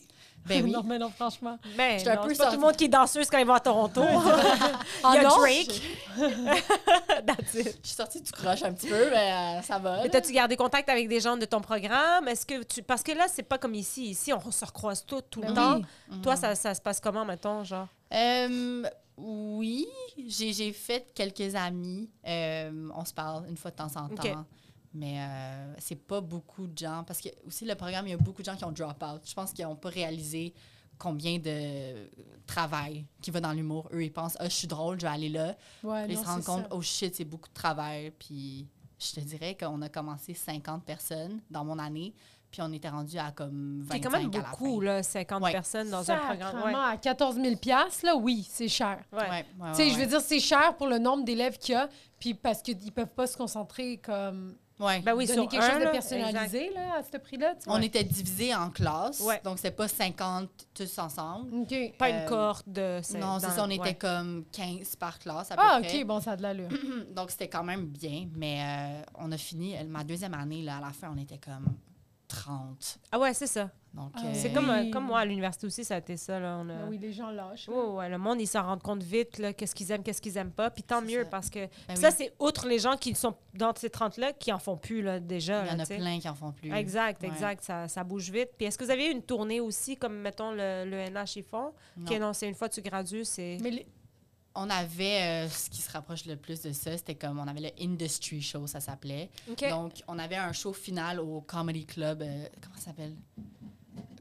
S3: Ben oui.
S2: non, mais non, franchement.
S1: Ben,
S3: J'étais un
S1: non,
S3: peu
S1: c'est pas tout
S3: sorti-
S1: le monde qui est danseuse quand il va à Toronto.
S2: Ah
S1: il y a
S2: non?
S1: Drake. That's it.
S3: Je suis sortie du croche un petit peu, mais euh, ça va.
S1: Mais
S3: là.
S1: t'as-tu gardé contact avec des gens de ton programme? Est-ce que tu... Parce que là, c'est pas comme ici. Ici, on se recroise tout, tout le
S2: Ben
S1: temps.
S2: oui.
S1: Toi, ça, ça se passe comment, mettons, genre?
S3: Euh, oui, j'ai j'ai fait quelques amis. Euh, on se parle une fois de temps en temps.
S1: Ok.
S3: Mais euh, c'est pas beaucoup de gens. Parce que, aussi, le programme, il y a beaucoup de gens qui ont drop out. Je pense qu'ils n'ont pas réalisé combien de travail qui va dans l'humour. Eux, ils pensent, ah, je suis drôle, je vais aller là.
S2: Ouais,
S3: Puis ils
S2: Ah non,
S3: se rendent
S2: c'est
S3: compte,
S2: ça.
S3: oh shit, c'est beaucoup de travail. Puis je te dirais qu'on a commencé 50 personnes dans mon année. Puis on était rendu à comme 25
S1: C'est quand même
S3: à la
S1: beaucoup,
S3: fin.
S1: là, 50
S3: Ouais.
S1: personnes dans un programme.
S2: Sacrement, à 14 000 là, oui, c'est cher.
S1: Ouais. Ouais.
S3: Ouais, ouais,
S2: Tu sais,
S3: ouais,
S2: je veux
S3: Ah ouais.
S2: dire, c'est cher pour le nombre d'élèves qu'il y a, puis parce qu'ils ne peuvent pas se concentrer comme
S3: Ouais.
S1: Ben oui,
S2: donner
S1: sur
S2: quelque
S1: un,
S2: chose de
S1: là,
S2: personnalisé là, à ce prix-là. tu
S3: On
S2: vois.
S3: était divisés en classes,
S1: Ouais.
S3: donc c'était pas 50 tous ensemble.
S2: OK.
S1: Pas une
S3: Euh,
S1: cohorte de...
S3: non, c'est
S1: dans-
S3: ça, on était
S1: ouais.
S3: comme 15 par classe à peu
S2: Ah,
S3: près. Hmm,
S2: OK, bon, ça a de l'allure.
S3: Donc c'était quand même bien, mais euh, on a fini euh, ma deuxième année, là, à la fin, on était comme 30.
S1: Ah ouais, c'est ça.
S3: Donc,
S2: Ah,
S1: C'est
S2: Euh,
S1: comme,
S2: oui.
S1: euh, comme moi, à l'université aussi, ça a été ça, là. On a...
S2: Ah oui, les gens lâchent. là.
S1: Ouais, ouais, le monde, ils s'en rendent compte vite, là, qu'est-ce qu'ils aiment, qu'est-ce qu'ils aiment pas. Puis tant
S3: C'est
S1: mieux,
S3: ça.
S1: parce que...
S3: ben
S1: Ça,
S3: oui,
S1: c'est outre les gens qui sont dans ces 30-là, qui en font plus, là, déjà.
S3: il y
S1: là,
S3: en a
S1: tu sais.
S3: plein qui en font plus.
S1: Exact,
S3: Ouais.
S1: exact. Ça, ça bouge vite. Puis est-ce que vous aviez une tournée aussi, comme mettons le, le NH, ils font?
S3: Non.
S1: Qui est annoncée une fois que tu gradues, c'est.
S2: Mais les-
S3: on avait euh, ce qui se rapproche le plus de ça, c'était comme on avait le Industry Show, ça s'appelait.
S1: OK.
S3: Donc, on avait un show final au Comedy Club, euh, comment ça s'appelle?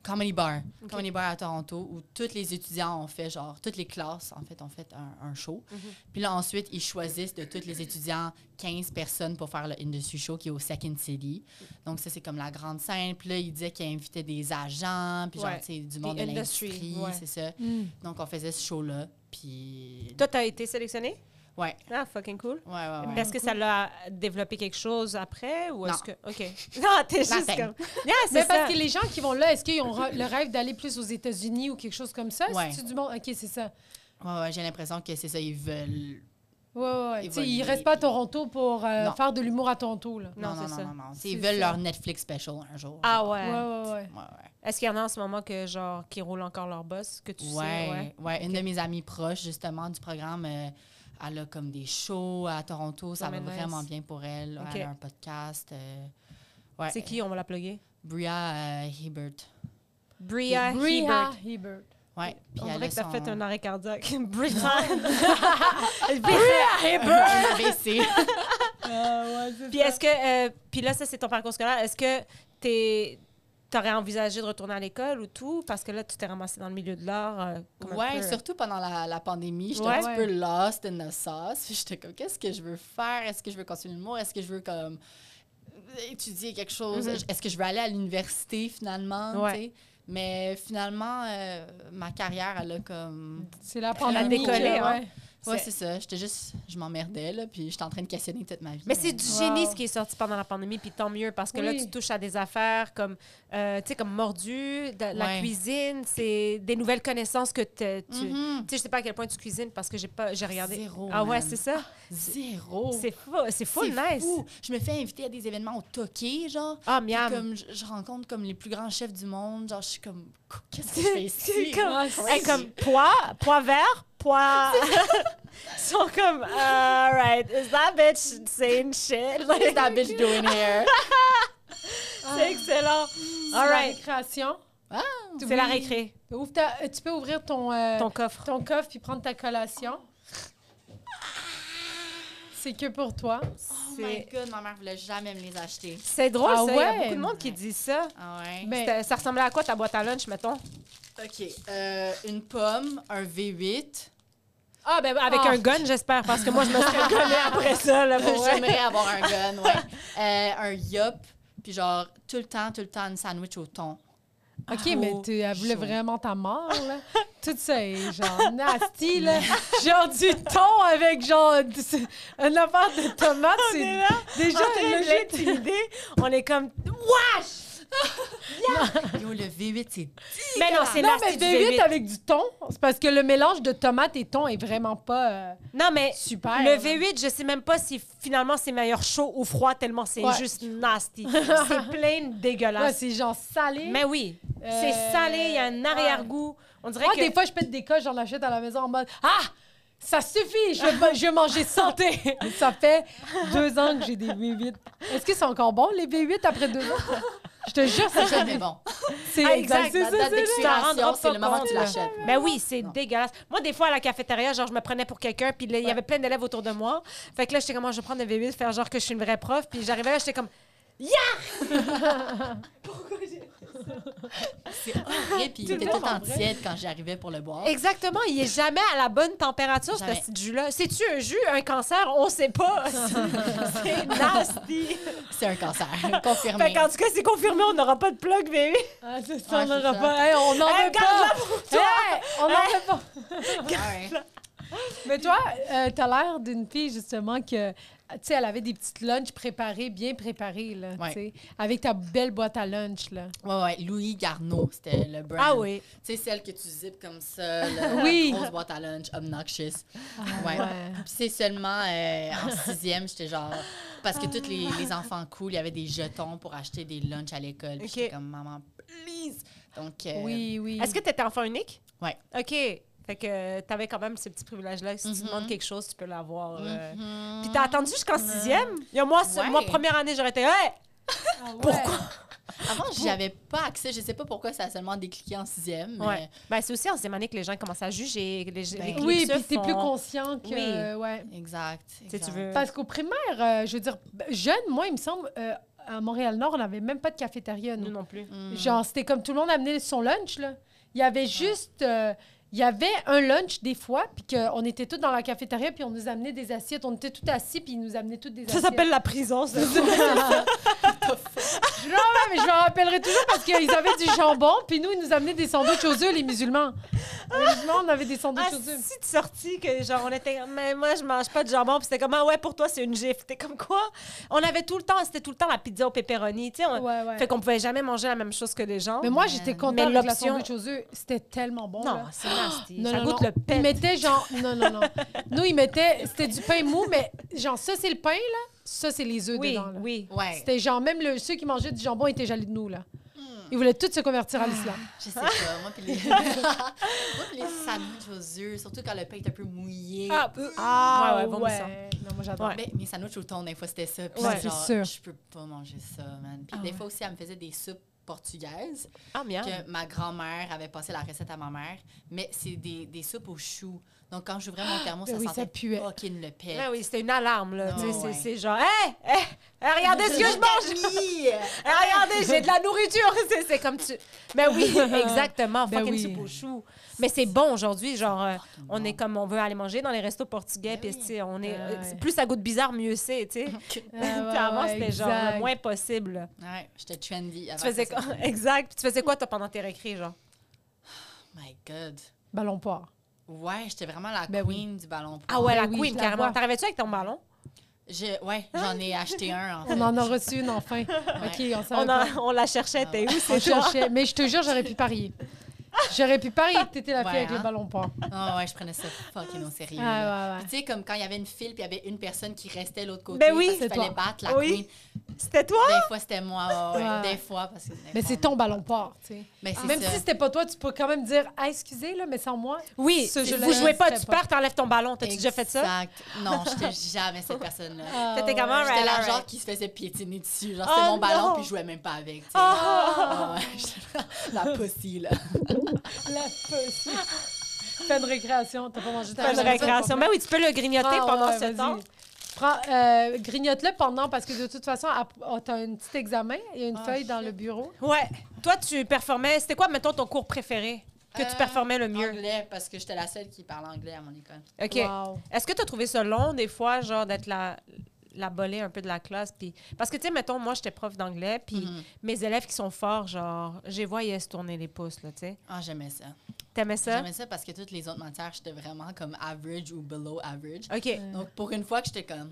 S3: Comedy Bar.
S1: OK.
S3: Comedy Bar à Toronto, où tous les étudiants ont fait, genre, toutes les classes, en fait, ont fait un, un show.
S1: Mhm.
S3: Puis là, ensuite, ils choisissent de tous les étudiants 15 personnes pour faire le Industry Show qui est au Second City. Donc, ça, c'est comme la grande scène. Puis là, ils disaient qu'ils invitaient des agents, puis
S1: Ouais.
S3: genre, tu sais, du monde de
S1: industry,
S3: l'industrie,
S1: ouais.
S3: c'est ça. Donc, on faisait ce show-là. Puis.
S1: Toi, t'as été sélectionné?
S3: Ouais.
S1: Ah, fucking cool.
S3: Ouais, ouais, ouais.
S1: Parce que ça l'a développé quelque chose après ou est-ce que.
S3: Non.
S1: OK. Non, t'es juste
S3: Nothing.
S1: comme. Yeah,
S2: Mais
S1: c'est ça.
S2: parce que les gens qui vont là, est-ce qu'ils ont ra- le rêve d'aller plus aux États-Unis ou quelque chose comme ça?
S3: Ouais.
S2: C'est-tu du monde? OK, c'est ça.
S3: Ouais, ouais, j'ai l'impression que c'est ça, ils veulent.
S2: Ouais, ouais, ouais. Tu sais, ils
S3: Évoluer,
S2: restent pas à
S3: puis-
S2: Toronto pour euh,
S3: Non.
S2: faire de l'humour à Toronto, là.
S1: Non,
S3: Non, non,
S1: c'est
S3: non,
S1: ça.
S3: non, non. Tu sais,
S2: C'est
S3: Ils veulent
S2: ça.
S3: leur Netflix special un jour.
S1: Ah
S3: genre.
S1: ouais.
S2: Ouais, ouais, ouais.
S3: Ouais, ouais.
S1: Est-ce qu'il y en a en ce moment que, genre, qui roulent encore leur boss, que tu sais?
S3: ouais,
S1: Ouais.
S3: ouais. Une de mes amies proches, justement, du programme, euh, elle a comme des shows à Toronto. Ça
S1: Non, mais
S3: va
S1: nice.
S3: vraiment bien pour elle.
S1: Ok.
S3: Elle a un podcast. euh, ouais.
S1: C'est qui? On va la plugger.
S3: Bria euh, Hibbert.
S1: Bria,
S2: Bria
S1: Ah, Hebert.
S2: hein, Hebert.
S3: Ouais. Puis
S1: On
S3: elle
S1: dirait
S3: a
S1: que t'as
S3: son-
S1: fait un arrêt cardiaque. Bria
S3: un AVC.
S1: Puis est-ce que. euh, puis là, ça, c'est ton parcours scolaire. Est-ce que t'es. T'aurais envisagé de retourner à l'école ou tout? Parce que là, tu t'es ramassé dans le milieu de l'art. euh, comme un
S3: Ouais,
S1: peu-
S3: surtout pendant la, la pandémie, j'étais
S1: Ouais.
S3: un petit peu lost in the sauce. J'étais comme, qu'est-ce que je veux faire? Est-ce que je veux continuer l'humour? Est-ce que je veux comme euh, étudier quelque chose?
S1: Mhm.
S3: Est-ce que je veux aller à l'université finalement?
S1: Ouais.
S3: tu sais? Mais finalement, euh, ma carrière, elle a comme.
S2: C'est la
S3: Elle
S2: pandémie.
S3: a
S1: décollé,
S2: ouais.
S1: hein.
S3: Ouais,
S1: C'est-
S3: c'est ça. J'étais juste, je m'emmerdais, là, puis j'étais en train de questionner toute ma vie.
S1: Mais c'est du
S2: Wow.
S1: génie ce qui est sorti pendant la pandémie, puis tant mieux, parce que là,
S2: Oui.
S1: tu touches à des affaires comme, euh, tu sais, comme mordu, de- la
S3: Ouais.
S1: cuisine, c'est des nouvelles connaissances que t'es- tu... Tu
S3: Mhm.
S1: sais, je sais pas à quel point tu cuisines, parce que j'ai pas... J'ai regardé...
S3: Zéro,
S1: ah ouais,
S3: man.
S1: Mm-hmm. c'est ça?
S3: Zéro.
S1: C'est fou, c'est full
S3: C'est
S1: nice.
S3: fou. Je me fais inviter à des événements au Tokyo, genre.
S1: Ah,
S3: Puis
S1: miam.
S3: comme je, je rencontre comme les plus grands chefs du monde, genre je suis comme Qu- qu'est-ce que je fais ici
S1: C'est comme-
S3: Ouais,
S1: Hey,
S3: crazy.
S1: comme pois, pois vert, pois... Ils sont comme, alright, is that bitch saying shit?
S3: What is that bitch doing here?
S1: c'est excellent.
S2: C'est la
S1: Ah. Alright,
S2: récréation.
S3: Ah,
S1: c'est
S2: Oui.
S1: la récré,
S2: Ouvre ta- euh, Tu peux ouvrir ton, euh,
S1: ton coffre.
S2: ton coffre puis prendre ta collation. C'est que pour toi.
S3: Oh
S1: C'est-
S3: my god, ma mère voulait jamais me les acheter.
S1: C'est drôle,
S2: Ah
S1: ça. Il y a
S2: ouais?
S1: beaucoup de monde qui dit ça.
S3: Ah ouais.
S2: Mais-
S1: C'était- Ça ressemblait à quoi ta boîte à lunch, mettons?
S3: OK, euh, une pomme, un V8.
S1: Ah, ben avec
S2: Ah.
S1: un gun, j'espère, parce que moi, je me serais gonné après ça. Là, pour vrai.
S3: J'aimerais avoir un gun, ouais. Euh, un yop, puis genre tout le temps, tout le temps une sandwich au thon.
S2: OK,
S3: Ah,
S2: mais
S3: oh,
S2: tu, elle voulait
S3: chaud.
S2: vraiment ta mort, là. Tout ça est genre nasty, là. genre du thon avec genre du- un affaire de tomate. C'est
S1: est là,
S2: déjà
S1: en train de
S2: logique.
S1: l'intimider. On est comme, wesh!
S3: Yo, le V8 c'est
S1: Mais non, c'est
S2: Non,
S1: nasty
S2: mais
S1: du
S2: V8
S1: V8.
S2: avec du thon, c'est parce que le mélange de tomate et thon est vraiment pas euh,
S1: Non, mais
S2: super.
S1: le V8, je sais même pas si finalement c'est meilleur chaud ou froid, tellement c'est
S2: Ouais.
S1: juste nasty. c'est plein
S2: Ouais,
S1: dégueulasse.
S2: c'est genre salé.
S1: mais oui,
S2: Euh,
S1: c'est salé, il y a un
S2: ouais.
S1: arrière-goût. On dirait
S2: Moi,
S1: que...
S2: Ah, des fois, je pète des coches, j'en achète à la maison en mode Ah! Ça suffit, je veux, pas- je veux manger santé. ça fait deux ans que j'ai des V8. Est-ce que c'est encore bon, les V8, après deux ans? Je te jure, c'est
S3: jamais bon.
S2: C'est
S1: Ah, exact,
S2: exact. c'est
S1: la
S2: ça,
S3: date
S2: c'est
S1: Tu t'en
S2: ça.
S1: rendras
S3: d'expiration,
S1: pas
S3: c'est le moment
S1: compte,
S3: que tu
S1: là.
S3: l'achètes.
S1: Ben oui, c'est
S3: Non.
S1: dégueulasse. Moi, des fois, à la cafétéria, genre, je me prenais pour quelqu'un, puis là, il y avait plein d'élèves autour de moi. Fait que là, j'étais comme, Ah, je vais prendre un V8, faire genre que je suis une vraie prof, puis j'arrivais là, j'étais comme,
S3: C'est horrible, puis il
S2: Tout
S3: était
S2: le
S3: tout le
S2: monde en
S3: temps
S2: vrai.
S3: tiède quand j'arrivais pour le boire.
S1: exactement, il est jamais à la bonne température, ce
S3: Jamais.
S1: petit jus-là. C'est-tu un jus, un cancer? On sait pas. C'est- c'est nasty.
S3: C'est un cancer, confirmé.
S1: fait qu'en tout cas, c'est confirmé, on n'aura pas de plug V8.
S2: Ah, c'est
S3: Ouais,
S2: ça, on
S3: c'est
S2: n'aura
S3: ça.
S2: pas. Hey, on n'en
S1: Hey,
S2: veut pas. Hey, on n'en
S1: Hey.
S2: veut pas.
S3: Ouais.
S2: Mais toi, euh, t'as l'air d'une fille, justement, que, tu sais, elle avait des petites lunchs préparées, bien préparées, là,
S3: Ouais.
S2: tu sais, avec ta belle boîte à lunch, là.
S3: Ouais, ouais, Louis Garneau, c'était le brand.
S1: Ah oui.
S3: Tu sais, celle que tu zippes comme ça, la,
S2: Oui.
S3: la grosse boîte à lunch, obnoxious.
S1: Ah,
S3: ouais.
S2: ouais.
S3: Puis c'est seulement euh, en sixième, j'étais genre... Parce que tous les, les enfants cool, il y avait des jetons pour acheter des lunchs à l'école. Puis
S1: Ok.
S3: j'étais comme, maman, please! Donc, euh,
S2: Oui, oui.
S1: Est-ce que t'étais enfant unique?
S3: Ouais.
S1: OK. Fait que euh, t'avais quand même ce petit privilège-là. Si tu
S3: Mhm.
S1: demandes quelque chose, tu peux l'avoir. euh,
S3: mhm.
S1: Mm. Puis t'as attendu jusqu'en sixième? Il y a moi, ce-
S3: Ouais.
S1: moi, première année, j'aurais été, hey,
S2: Ah,
S3: Pourquoi? Avant, j'y avais pas accès. Je sais pas pourquoi ça a seulement décliqué en sixième. mais-
S1: Ouais. Ben, c'est aussi en sixième année que les gens commencent à juger. que Les,
S3: Ben,
S1: les
S2: Oui,
S1: clips se
S2: puis t'es plus
S1: font.
S2: conscient que...
S1: Oui.
S2: euh, ouais.
S3: Exact.
S1: Tu sais, tu
S3: exact.
S1: veux.
S2: Parce qu'au primaire, euh, je veux dire, jeune, moi, il me semble, euh, à Montréal-Nord, on n'avait même pas de cafétéria, nous.
S1: Nous non plus.
S3: Mm.
S2: Genre, c'était comme tout le monde amenait son lunch, là. Il y avait juste... euh, il y avait un lunch des fois, puis que on était tous dans la cafétéria, puis on nous amenait des assiettes. On était tous assis, puis ils nous amenaient toutes des assiettes.
S1: la prison, ça.
S2: Non, ouais, mais je me rappellerai toujours parce qu'ils avaient du jambon, puis nous, ils nous amenaient des sandwichs aux œufs, les musulmans. Les musulmans, on avait des sandwichs
S1: Ah,
S2: aux œufs.
S1: si tu sortis que genre on était comme, mais moi je mange pas de jambon puis c'était comme ah ouais pour toi c'est une gifle t'es comme quoi on avait tout le temps c'était tout le temps la pizza au pepperoni tu sais on-
S2: Ouais, ouais.
S1: fait qu'on pouvait jamais manger la même chose que les gens
S2: Mais moi, j'étais
S1: Mais
S2: contente avec la
S1: l'option-
S2: sandwich aux œufs. C'était tellement bon.
S1: non
S2: là.
S1: c'est nasty
S2: Non,
S1: ça
S2: non,
S1: goûte
S2: non.
S1: le pain
S2: Ils mettaient genre. Non, non, non. Nous, ils mettaient. C'était du pain mou, mais genre, ça, c'est le pain, là. Ça, c'est les œufs
S1: oui
S2: dedans, là.
S1: oui
S3: Ouais.
S2: C'était genre, même le, ceux qui mangeaient du jambon étaient jaloux de nous, là. Ils voulaient tous se convertir à l'islam.
S3: Je sais pas. Moi, puis les, moi, puis les sandwichs aux œufs, surtout quand le pain est un peu mouillé.
S1: ah, euh, ouais, ouais, vomissant.
S2: Non, moi, j'adore.
S1: Ouais.
S3: Mais mes sandwichs au thon, des fois, c'était ça. Puis
S2: Ouais,
S3: c'est genre,
S2: c'est sûr.
S3: je peux pas manger ça, man.
S2: Ah
S3: Puis des
S2: ouais.
S3: fois aussi, elle me faisait des soupes portugaises
S1: ah bien
S3: que ma grand-mère avait passé la recette à ma mère, mais c'est des, des soupes aux choux. Donc, quand j'ouvrais
S1: Ah,
S3: mon thermos,
S2: Ben
S3: ça
S2: oui, ça
S3: sentait
S2: puait.
S3: fucking le pet.
S1: Ouais, Ben oui c'était une alarme là
S3: Non,
S1: tu sais, c'est
S3: ouais.
S1: c'est genre hé hé regardez ce que je mange
S3: mange!
S1: Eh, regardez, j'ai de la nourriture. C'est- C'est comme tu. Mais oui, exactement.
S2: Ben
S1: fucking
S2: oui.
S1: soupe aux choux. Mais c'est bon aujourd'hui. Genre, euh, on est comme on veut aller manger dans les restos portugais.
S3: Ben
S1: Puis,
S3: oui.
S1: tu sais, on est. euh,
S2: Ah ouais.
S1: Plus ça goûte bizarre, mieux c'est, tu sais.
S2: Ah,
S1: Puis
S2: ouais,
S1: avant,
S2: ouais,
S1: c'était genre
S2: exact.
S1: le moins possible.
S3: Ouais, j'étais trendy. avant
S1: Tu faisais
S3: que ça
S1: quoi? Exact. Puis tu faisais quoi, toi, pendant tes récré, genre?
S3: soit- My God.
S2: Ballon poire.
S3: Ouais, j'étais vraiment la
S2: Ben oui.
S3: queen du ballon. poire.
S1: Ah ouais,
S2: Ben
S1: la
S2: oui, je
S1: queen,
S2: la
S1: carrément.
S2: vois.
S1: T'arrivais-tu avec ton ballon?
S3: Je- ouais, j'en ai acheté un, en fait.
S2: On en a reçu une, enfin. OK, on s'en
S1: On, en- on la cherchait,
S3: Ah
S1: t'es où?
S2: On
S1: C'est genre.
S2: cherchait, mais je te jure, j'aurais pu parier. J'aurais pu parier que t'étais la fille
S3: Ouais,
S2: avec
S3: hein?
S2: les ballons points.
S3: Ah ouais, je prenais ça fucking au sérieux.
S1: Ah,
S2: Ouais,
S3: là.
S2: ouais,
S3: Puis
S2: ouais.
S3: Tu sais, comme quand il y avait une file, puis il y avait une personne qui restait de l'autre côté.
S1: Ben oui.
S3: parce qu'il
S2: C'est
S3: fallait
S2: toi.
S3: battre la
S1: Oui.
S3: queen.
S1: C'était toi?
S3: Des fois, c'était moi. ouais, ouais.
S2: Ouais.
S3: Des fois, parce que.
S2: Mais c'est ton ballon poire, tu sais.
S3: Mais c'est
S2: Même
S3: ça.
S2: si c'était pas toi, tu peux quand même dire ah, excusez là, mais sans moi.
S1: Oui,
S2: Ce jeu-là,
S1: vous jouez pas,
S2: c'était
S1: tu
S2: pas.
S1: pars, t'enlèves ton ballon. T'as-tu déjà fait ça?
S3: Exact. Non, j'étais jamais cette personne-là.
S1: Euh, T'étais comme,
S2: comment?
S1: alright,
S3: J'étais la
S1: alright.
S3: genre qui se faisait piétiner dessus. Genre,
S1: Oh
S3: c'était mon ballon,
S1: non.
S3: puis je jouais même pas avec. tu sais.
S1: Ah.
S3: Ah ouais, j'étais la pussy, là.
S2: La pussy. Fin de récréation, t'as pas mangé ta
S1: Pas de
S2: raison.
S1: récréation. Mais oui, tu peux le grignoter
S2: Ah,
S1: pendant
S2: ouais,
S1: ce
S2: vas-y.
S1: temps.
S2: Prends, euh, grignote-le pendant parce que de toute façon, à- oh, t'as un petit examen, il y a une
S3: Ah,
S2: feuille dans
S3: shit.
S2: le bureau.
S1: Ouais. Toi, tu performais. C'était quoi, mettons, ton cours préféré que tu
S3: Euh,
S1: performais le mieux?
S3: Anglais, parce que j'étais la seule qui parle anglais à mon école.
S1: OK.
S2: Wow.
S1: Est-ce que tu as trouvé ça long, des fois, genre, d'être la, la bolée un peu de la classe? Puis... Parce que, tu sais, mettons, moi, j'étais prof d'anglais, puis
S3: Mhm.
S1: mes élèves qui sont forts, genre, j'ai voyais se tourner les pouces, là, tu sais.
S3: Ah, j'aimais ça.
S1: T'aimais ça?
S3: J'aimais ça parce que toutes les autres matières, j'étais vraiment comme average ou below average.
S1: OK.
S3: Donc, pour une fois que j'étais comme.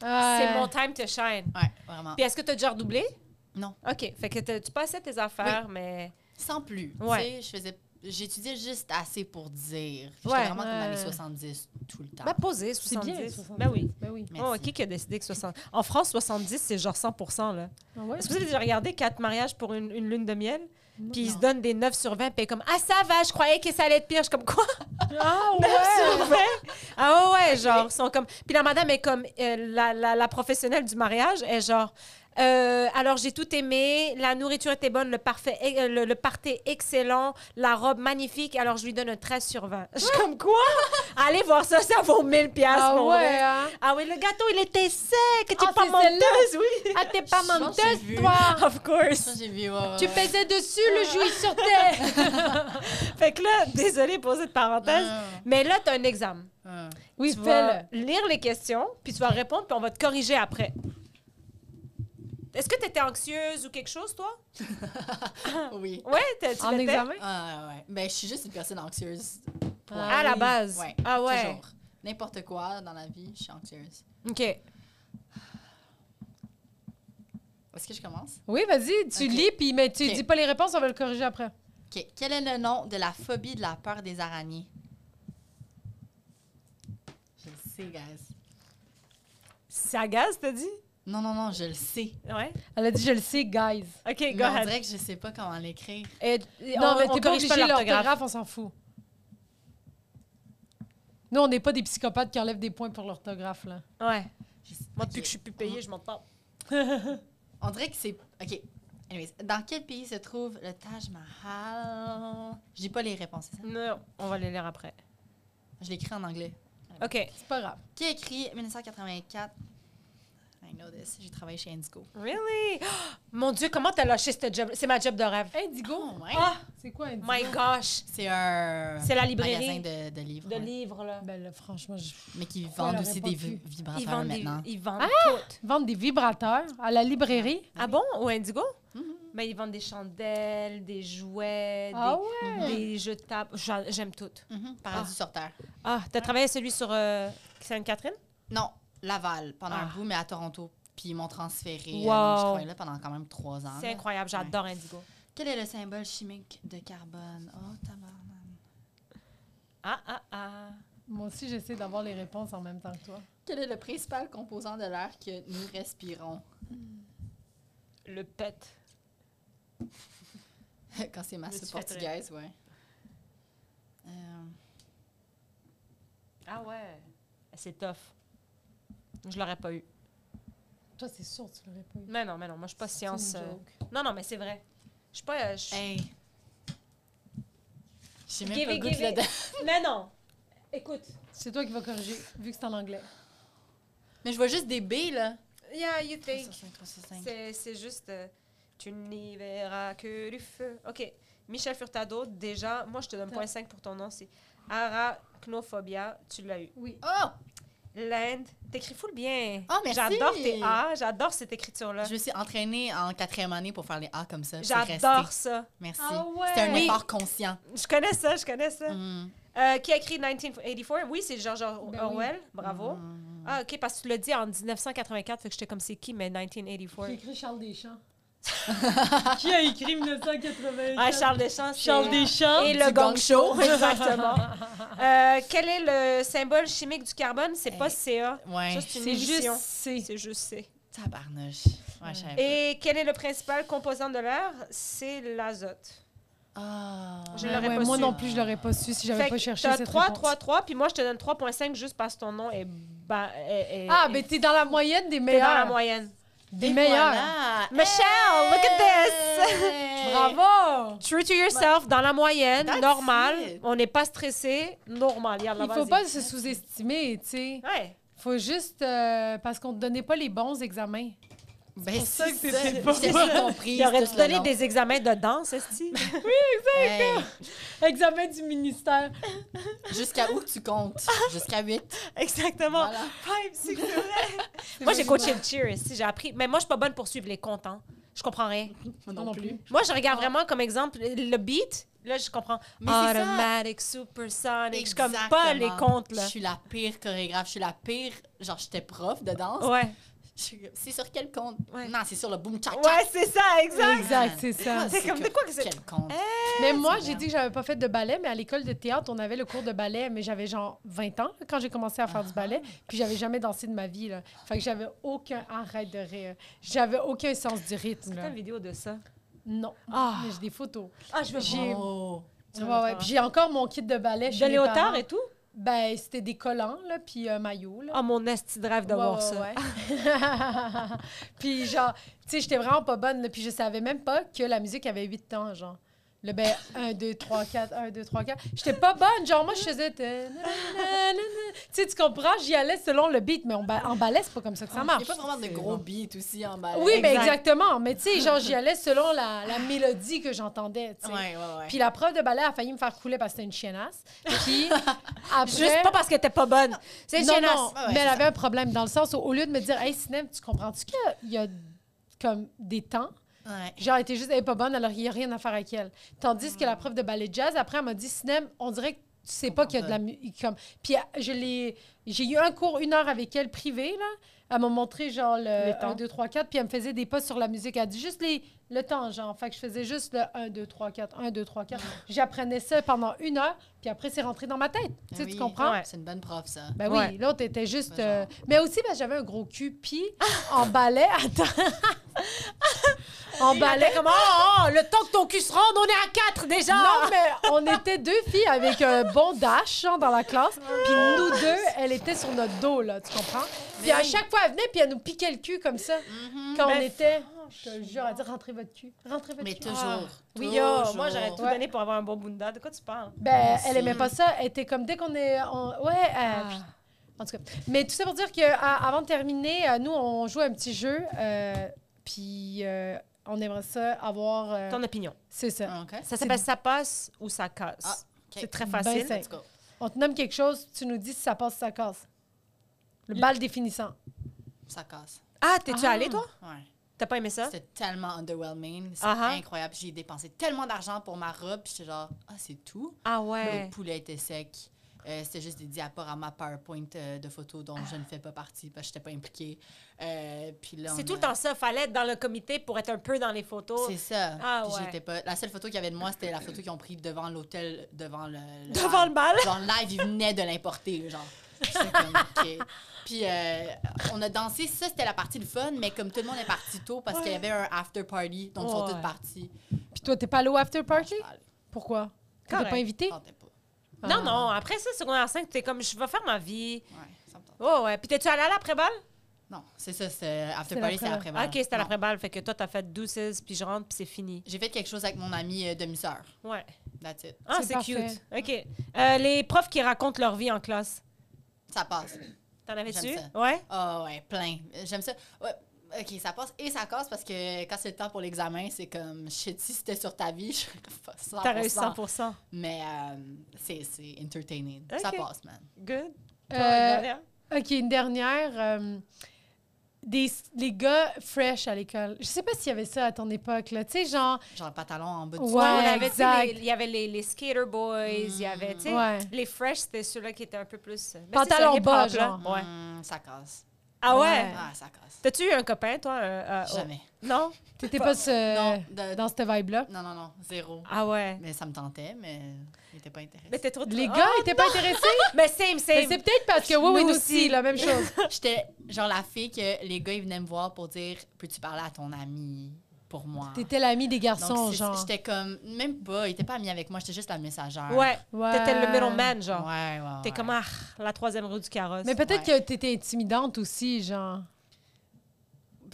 S1: C'est
S2: Ouais.
S1: mon time to shine.
S3: Ouais, vraiment.
S1: Puis est-ce que tu as déjà redoublé?
S3: Non.
S1: OK. Fait que t'as- tu passais tes affaires, mais...
S3: Sans plus.
S1: Ouais.
S3: Tu sais, je faisais. J'étudiais juste assez pour dire. J'étais
S1: Ouais,
S3: vraiment comme dans les
S2: ouais.
S3: 70 tout le temps.
S1: Ben, posé,
S2: C'est bien,
S1: 70.
S2: 70.
S1: Ben oui.
S2: Ben oui.
S3: Bah, Merci.
S1: Oh, qui qui a décidé que 60... En France, 70, c'est genre 100 là.
S2: Ah ouais?
S1: Est-ce que vous avez déjà regardé Quatre mariages pour une, une lune de miel?
S2: Non.
S1: Puis ils se donnent des 9 sur 20, puis comme Ah, ça va, je croyais que ça allait être pire. Je suis comme Quoi
S2: Ah ouais!
S1: 9 sur 20? Ah ouais, ouais, genre, ils sont comme. Puis la madame est comme euh, la, la- la professionnelle du mariage, est genre. Euh, alors j'ai tout aimé, la nourriture était bonne, le, parfait, euh, le, le party excellent, la robe magnifique, alors je lui donne un 13 sur 20. Je suis comme quoi Allez voir ça, ça vaut 1000 piastres.
S2: Ah
S1: mon
S2: ouais,
S1: vrai.
S2: hein?
S1: Ah oui, le gâteau, il était sec, t'es
S2: Ah,
S1: pas
S2: c'est celle-là?
S1: menteuse, oui.
S2: Ah, t'es pas
S3: Je pense que j'ai
S2: menteuse,
S3: vu.
S2: toi!
S1: Of course.
S3: Ça, j'ai vu. ouais, ouais,
S2: Tu
S3: ouais.
S2: pesais dessus, le jouit sur terre!
S1: Fait que là, désolée pour cette parenthèse,
S3: Ah,
S1: mais là, t'as un examen.
S3: ah.
S2: Oui,
S1: Tu vas lire les questions, puis tu vas répondre, puis on va te corriger après. Est-ce que t'étais anxieuse ou quelque chose, toi?
S3: ah. Oui.
S1: Ouais, t'as- tu
S2: En
S1: l'étais?
S2: examen?
S3: Ah, ouais. Ben, je suis juste une personne anxieuse. Point.
S1: À la
S2: oui.
S1: base.
S3: Ouais.
S1: Ah ouais.
S3: Toujours. N'importe quoi dans la vie, je suis anxieuse.
S1: OK.
S3: Est-ce que je commence?
S2: Oui, vas-y, tu
S3: Ok.
S2: lis, puis mais tu
S3: Ok.
S2: dis pas les réponses, on va le corriger après.
S3: OK. Quel est le nom de la phobie de la peur des araignées? Je le sais, guys.
S1: Sagaz, t'as dit?
S3: Non, non, non, je le sais.
S1: Ouais.
S2: Elle a dit, je le sais, guys.
S1: OK, go
S3: Mais on
S1: ahead.
S3: dirait que je sais pas comment l'écrire.
S1: Et- et
S2: Non,
S1: on-
S2: mais
S1: on
S2: t'es pas
S1: corrige
S2: obligé
S1: l'orthographe.
S2: l'orthographe, on s'en fout. Nous, on n'est pas des psychopathes qui enlèvent des points pour l'orthographe, là.
S1: Ouais.
S3: Je sais-
S1: Moi,
S3: OK.
S1: depuis que je suis plus payée, je m'en parle.
S3: On dirait que c'est. OK. Anyways, dans quel pays se trouve le Taj Mahal? Je dis pas les réponses, c'est ça?
S1: Non, on va les lire après.
S3: Je l'écris en anglais.
S1: OK.
S2: C'est pas grave.
S3: Qui a écrit 1984? I know this. J'ai travaillé chez Indigo.
S1: Really? Oh, mon Dieu, comment t'as lâché ce job? C'est ma job de rêve.
S2: Indigo?
S3: Oh, ouais.
S2: Ah! C'est quoi Indigo?
S1: My gosh!
S3: C'est un
S1: C'est la
S3: magasin
S1: librairie
S3: de, de livres.
S1: de
S3: ouais.
S1: livres, là.
S2: Ben là, franchement, je...
S3: Mais qui
S2: Pourquoi
S3: vendent
S2: elle
S3: aussi
S2: aurait
S3: des
S2: pas
S3: vi-
S2: pu?
S1: Ils
S3: vibrateurs
S1: vendent, des,
S3: maintenant.
S1: ils vendent tout.
S2: Vendre des vibrateurs à la librairie?
S1: Ah Mm-hmm. bon? Ou Indigo?
S3: Mhm.
S1: Mais ils vendent des chandelles, des jouets,
S2: Ah
S1: des,
S2: ouais?
S1: des jetables. J'a- J'aime tout.
S3: Mhm, Paradis sur Terre.
S1: Mm-hmm. Ah, t'as travaillé à celui sur euh, Sainte-Catherine?
S3: Non, Laval, pendant un
S1: Ah.
S3: bout, mais à Toronto. Puis ils m'ont transféré. euh,
S1: Wow.
S3: Je travaillais là pendant quand même trois ans.
S1: C'est
S3: là.
S1: incroyable, j'adore Indigo.
S3: Quel est le symbole chimique de carbone? Oh, tabarnak.
S1: Ah, ah, ah.
S2: Moi aussi, j'essaie d'avoir les réponses en même temps que toi.
S3: Quel est le principal composant de l'air que nous respirons?
S1: Le pet.
S3: Quand c'est ma
S1: Mais tu
S3: soupe
S1: fais très-
S3: portugaise, ouais. Euh,
S1: Ah ouais. C'est tough. Je l'aurais pas eu.
S2: Toi, c'est sûr que tu l'aurais pas eu.
S1: Mais non, mais non, moi je suis pas
S2: C'est une
S1: science. euh,
S2: joke.
S1: Non, non, mais c'est vrai. Je suis pas. euh, je-
S3: hey! J'ai même
S1: Give
S3: pas
S1: it,
S3: le goût de
S1: give
S3: le
S1: it.
S3: donner.
S1: Mais non. Écoute.
S2: C'est toi qui vas corriger, vu que c'est en anglais.
S3: Mais je vois juste des B, là.
S1: Yeah, you
S3: 3
S1: think.
S3: sur 5, 3 sur 5.
S1: C'est c'est juste. euh, tu n'y verras que du feu. OK. Michel Furtado, déjà, moi je te donne
S2: T'as-
S1: point 5 pour ton nom. C'est arachnophobia. Tu l'as eu.
S2: Oui.
S3: Oh!
S1: L'Inde. T'écris full bien.
S3: Ah, merci!
S1: J'adore tes A. J'adore cette écriture-là.
S3: Je me suis entraînée en quatrième année pour faire les A comme ça. C'est
S1: J'adore
S3: resté.
S1: ça.
S3: Merci.
S2: Ah ouais!
S3: C'est un
S2: Oui.
S3: effort conscient.
S1: Je connais ça, je connais ça.
S3: Mm.
S1: Euh, qui a écrit 1984? Oui, c'est George Or-
S2: Ben oui.
S1: Orwell. Bravo.
S3: Mm.
S1: Ah, OK, parce que tu l'as dit en 1984, fait que j'étais comme c'est qui, mais
S2: Qui a
S1: 1984?
S2: écrit Charles Deschamps? qui a écrit 1984?
S1: Ah, Charles Deschamps. c'est-
S2: Charles Deschamps.
S1: Et
S3: Du
S1: le gong
S3: gong show.
S1: show, exactement. Euh, quel est le symbole chimique du carbone? C'est pas
S3: Hey.
S1: CA.
S3: Ouais.
S1: Ça, Ben, c'est une
S2: C'est juste
S1: émission.
S2: C.
S1: C'est juste C.
S3: Tabarnouche. Ouais, je savais
S1: Et quel est le principal composant de l'air? C'est l'azote.
S3: pas. Ah.
S1: Je
S2: Ouais,
S1: l'aurais
S2: ouais,
S1: pas
S2: moi
S1: su.
S2: non plus, je l'aurais pas su si j'avais pas cherché
S1: t'as
S2: cette
S1: 3,
S2: réponse.
S1: 3, 3, puis moi, je te donne 3.5 juste parce que ton nom est... ba- est- est-
S2: Ah,
S1: est-
S2: ben t'es dans la moyenne des
S1: t'es dans
S2: meilleurs.
S1: la moyenne.
S2: des
S3: Et
S2: meilleurs.
S3: voilà.
S1: Michelle, look at this.
S3: Hey!
S2: Bravo!
S1: True to yourself, dans la moyenne,
S3: That's
S1: normal.
S3: it.
S1: On n'est pas stressé, normal. Yalla,
S2: Il faut
S1: vas-y.
S2: pas se sous-estimer, tu sais.
S1: Ouais.
S2: Faut juste... euh, parce qu'on te donnait pas les bons examens.
S3: Ben,
S2: ça
S3: c'est
S2: que
S3: ça.
S2: t'étais pas
S3: J'ai
S2: bonne.
S3: compris.
S1: Il aurait dû donner des examens de danse, Esti.
S2: Examen du ministère.
S3: Jusqu'à où tu comptes? Jusqu'à 8.
S1: Exactement.
S3: Voilà.
S1: Five, six, seven. moi, j'ai coaché le cheer, Esti. J'ai appris. Mais moi, je suis pas bonne pour suivre les comptes. hein. Je comprends rien.
S3: Moi
S2: Non, non plus.
S1: Moi, je regarde vraiment comme exemple le beat. Là, je comprends.
S3: Mais c'est ça.
S1: Automatic, supersonic. Je suis comme pas les comptes, là.
S3: Je suis la pire chorégraphe. Je suis la pire. Genre, j'étais prof de danse.
S1: Ouais.
S3: Je suis comme, C'est sur quel compte?
S1: Ouais.
S3: Non, c'est sur le boom cha
S1: Ah,
S3: Ah,
S1: Ouais, c'est ça, exact.
S2: Exact, c'est ça.
S1: C'est comme de quoi que c'est- Eh,
S3: Quel compte?
S2: Mais moi,
S3: c'est
S2: j'ai
S3: bien.
S2: dit que j'avais pas fait de ballet, mais à l'école de théâtre, on avait le cours de ballet, mais j'avais genre 20 ans quand j'ai commencé à faire du ballet, puis j'avais jamais dansé de ma vie. Là. Fait que j'avais aucun arrête de rire. J'avais aucun sens du rythme.
S1: T'as
S2: là.
S1: une vidéo de ça?
S2: Non,
S1: Ah,
S2: mais j'ai des photos.
S1: ah je veux
S2: J'ai-
S1: voir.
S3: Oh.
S1: Tu
S2: Ouais,
S1: vas
S2: ouais.
S1: faire.
S2: Puis j'ai encore mon kit de ballet chez
S1: De
S2: mes parents.
S1: Léotard et tout?
S2: Ben, c'était des collants, là, puis un maillot, là.
S1: Ah, mon Esti de rêve de
S2: Ouais,
S1: voir
S2: ouais,
S1: ça.
S2: ouais. puis genre, tu sais, j'étais vraiment pas bonne, là, puis je savais même pas que la musique avait 8 ans, genre. Le ben 1 2 3 4 1 2 3 4. J'étais pas bonne, genre moi je faisais ta- na- na- na- na. Tu sais, tu comprends, j'y allais selon le beat, mais on ba- en ballet, c'est pas comme ça que ça
S3: Il
S2: marche.
S3: n'y a Ah, pas vraiment de gros beats aussi en bas.
S2: Oui, mais
S1: Exact.
S2: exactement, mais tu sais, genre j'y allais selon la, la mélodie que j'entendais, tu sais.
S3: Ouais, ouais, ouais.
S2: Puis la prof de ballet a failli me faire couler parce que c'était une chiennasse. Puis après
S1: Juste pas parce que t'es pas bonne. C'est une
S2: non,
S1: chiennasse.
S2: non,
S3: Ah
S2: mais
S3: ouais, c'est
S2: elle
S3: ça.
S2: avait un problème dans le sens où, au lieu de me dire, hey, Sinem, tu comprends-tu qu'il y a comme des temps?
S3: Ouais.
S2: Genre, elle était juste, elle est pas bonne, alors il n'y a rien à faire avec elle. Tandis que la prof de ballet jazz, après, elle m'a dit, Sinem, on dirait que tu sais pas qu'il y a de la musique. Comme... Puis elle- je l'ai- j'ai eu un cours, une heure avec elle privée, là. Elle m'a montré, genre,
S1: Les
S2: le
S1: temps.
S2: 1, 2, 3, 4, puis elle me faisait des pas sur la musique. Elle dit juste les, le temps, genre. Fait que je faisais juste le 1, 2, 3, 4, 1, 2, 3, 4. J'apprenais ça pendant une heure, puis après, c'est rentré dans ma tête. Tu sais,
S3: Oui,
S2: tu comprends?
S3: C'est une bonne prof, ça.
S2: Ben oui,
S1: Ouais.
S2: l'autre était juste.
S3: Ben genre.
S2: euh, Mais aussi, parce que j'avais un gros cul, puis en balai, attends. en balai.
S1: Comment? oh, le temps que ton cul se rende, on est à quatre déjà!
S2: Non, mais on était deux filles avec un bon dash, genre, dans la classe. Puis nous deux, elle était sur notre dos, là, tu comprends? Puis à
S3: oui. mm-hmm.
S2: chaque fois, elle venait, puis elle nous piquait le cul comme ça, quand on
S1: Mm. Mais
S2: était. Je te jure, à dire rentrez votre cul. Rentrez votre
S3: Mais
S2: cul.
S3: toujours.
S1: Oui,
S3: toujours.
S1: yo, moi, j'aurais tout
S2: Ouais.
S1: donné pour avoir un bon bunda. De quoi tu parles?
S2: Ben,
S3: Merci.
S2: elle aimait pas ça. Elle était comme dès qu'on est. on- Ouais. euh,
S1: Ah.
S2: En tout cas. Mais tout ça pour dire que à- avant de terminer, euh, nous, on joue à un petit jeu. euh, Puis euh, on aimerait ça avoir. euh,
S1: Ton opinion.
S2: C'est ça.
S3: Ah, OK.
S1: Ça s'appelle ça passe ou ça casse.
S3: Ah,
S1: C'est
S3: OK.
S1: très
S2: Ben
S1: facile.
S2: simple.
S3: Let's go.
S2: On te nomme quelque chose, tu nous dis si ça passe ou ça casse. Le bal définissant.
S3: Ça casse.
S1: ah, t'es-tu
S2: Ah.
S1: allé, toi?
S3: Ouais.
S1: T'as pas aimé ça?
S3: C'était tellement underwhelming. C'est
S1: Ah ah.
S3: incroyable. J'ai dépensé tellement d'argent pour ma robe. Puis j'étais genre, ah, c'est tout.
S1: Ah
S3: Le
S1: ouais.
S3: poulet était sec. Euh, c'était juste des diaporamas PowerPoint euh, de photos dont je ne fais pas partie parce que je n'étais pas impliquée. Euh, puis là,
S1: C'est
S3: on
S1: tout le
S3: a-
S1: temps ça. Fallait être dans le comité pour être un peu dans les photos.
S3: C'est ça.
S1: Ah
S3: Puis
S1: ouais.
S3: j'étais pas... La seule photo qu'il y avait de moi, c'était la photo qu'ils ont prise devant l'hôtel, devant le... le
S1: Devant le bal?
S3: Genre, live, ils venaient de l'importer, genre. J'étais comme, OK. Puis euh, on a dansé. Ça, c'était la partie le fun, mais comme tout le monde est parti tôt parce qu'il y avait un after party, donc ils sont
S1: Ouais.
S3: tous partis.
S2: Puis toi, t'es pas allé au after party?
S3: Ah,
S2: Pourquoi? T'es pas
S1: Correct. Ah.
S2: invité?
S3: je tentais pas. Ouais,
S2: Ah.
S1: Non, non. Après ça, secondaire 5, t'es comme, je vais faire ma vie.
S3: ça me tente.
S1: Oh ouais. Puis t'es-tu allé à l'après-balle?
S3: Non, c'est ça. c'est- euh, After
S2: C'est
S3: party, c'est
S2: l'après-midi.
S3: après
S1: Ah, ok, c'était à l'après-balle. Fait que toi, t'as fait douces, puis je rentre, puis c'est fini.
S3: J'ai fait quelque chose avec mon amie euh, demi-sœur.
S1: Ouais.
S3: That's it.
S1: Ah,
S2: C'est
S1: c'est
S2: parfait.
S1: cute. OK. Euh, les profs qui racontent leur vie en classe,
S3: Ça passe.
S1: t'en avais-tu?
S3: J'aime
S1: Ouais?
S3: Ah ouais, plein. J'aime ça. Ouais, Ok, ça passe et ça casse parce que quand c'est le temps pour l'examen, c'est comme shit, si c'était sur ta vie, je pas 100%.
S1: T'as réussi 100
S3: Mais euh, c'est c'est entertaining. Ça
S1: Ok.
S3: passe, man.
S1: Good.
S2: Euh,
S1: Euh...
S2: OK, une dernière. euh, des, les gars fresh à l'école. Je sais pas s'il y avait ça à ton époque, là. Tu sais, genre...
S3: Genre le pantalon en bas du
S2: Ouais.
S1: Ouais, on avait, tu sais,
S2: exact.
S1: les- il y avait les, les skater boys, il y avait, tu sais,
S2: Ouais.
S1: les fresh, c'était ceux-là qui étaient un peu plus... euh, ben,
S2: Pantalon
S1: c'est ça,
S2: bas,
S1: hip-hop, là.
S2: genre.
S1: Ouais.
S3: Mm, ça casse.
S1: Ah ouais?
S2: Ouais.
S3: Ah, ça casse.
S1: T'as-tu eu un copain, toi? euh, euh, oh.
S3: Jamais.
S1: Non?
S2: T'étais pas ce-
S1: Euh,
S3: Non, de-
S2: dans cette vibe-là.
S3: Non, non, non, zéro.
S1: Ah ouais.
S3: Mais ça me tentait, mais il était pas intéressé.
S1: Mais t'es trop...
S2: Les
S1: oh!
S2: gars étaient pas intéressés?
S1: Mais same,
S2: Mais
S1: same.
S2: c'est peut-être parce que oui, oui,
S1: Nous
S2: nous aussi,
S1: aussi.
S2: la même chose.
S3: J'étais genre la fille que les gars, ils venaient me voir pour dire Peux-tu parler à ton ami pour moi
S2: T'étais l'ami des garçons,
S3: Donc, c'est-
S2: genre.
S3: J'étais comme, même pas, il était pas ami avec moi, j'étais juste la messagère.
S1: Ouais.
S2: Ouais.
S1: T'étais le middleman,
S3: Ouais,
S1: genre.
S3: ouais.
S1: T'es
S3: ouais.
S1: comme, ah, la troisième roue du carrosse.
S2: Mais peut-être
S3: Ouais.
S2: que t'étais intimidante aussi, genre.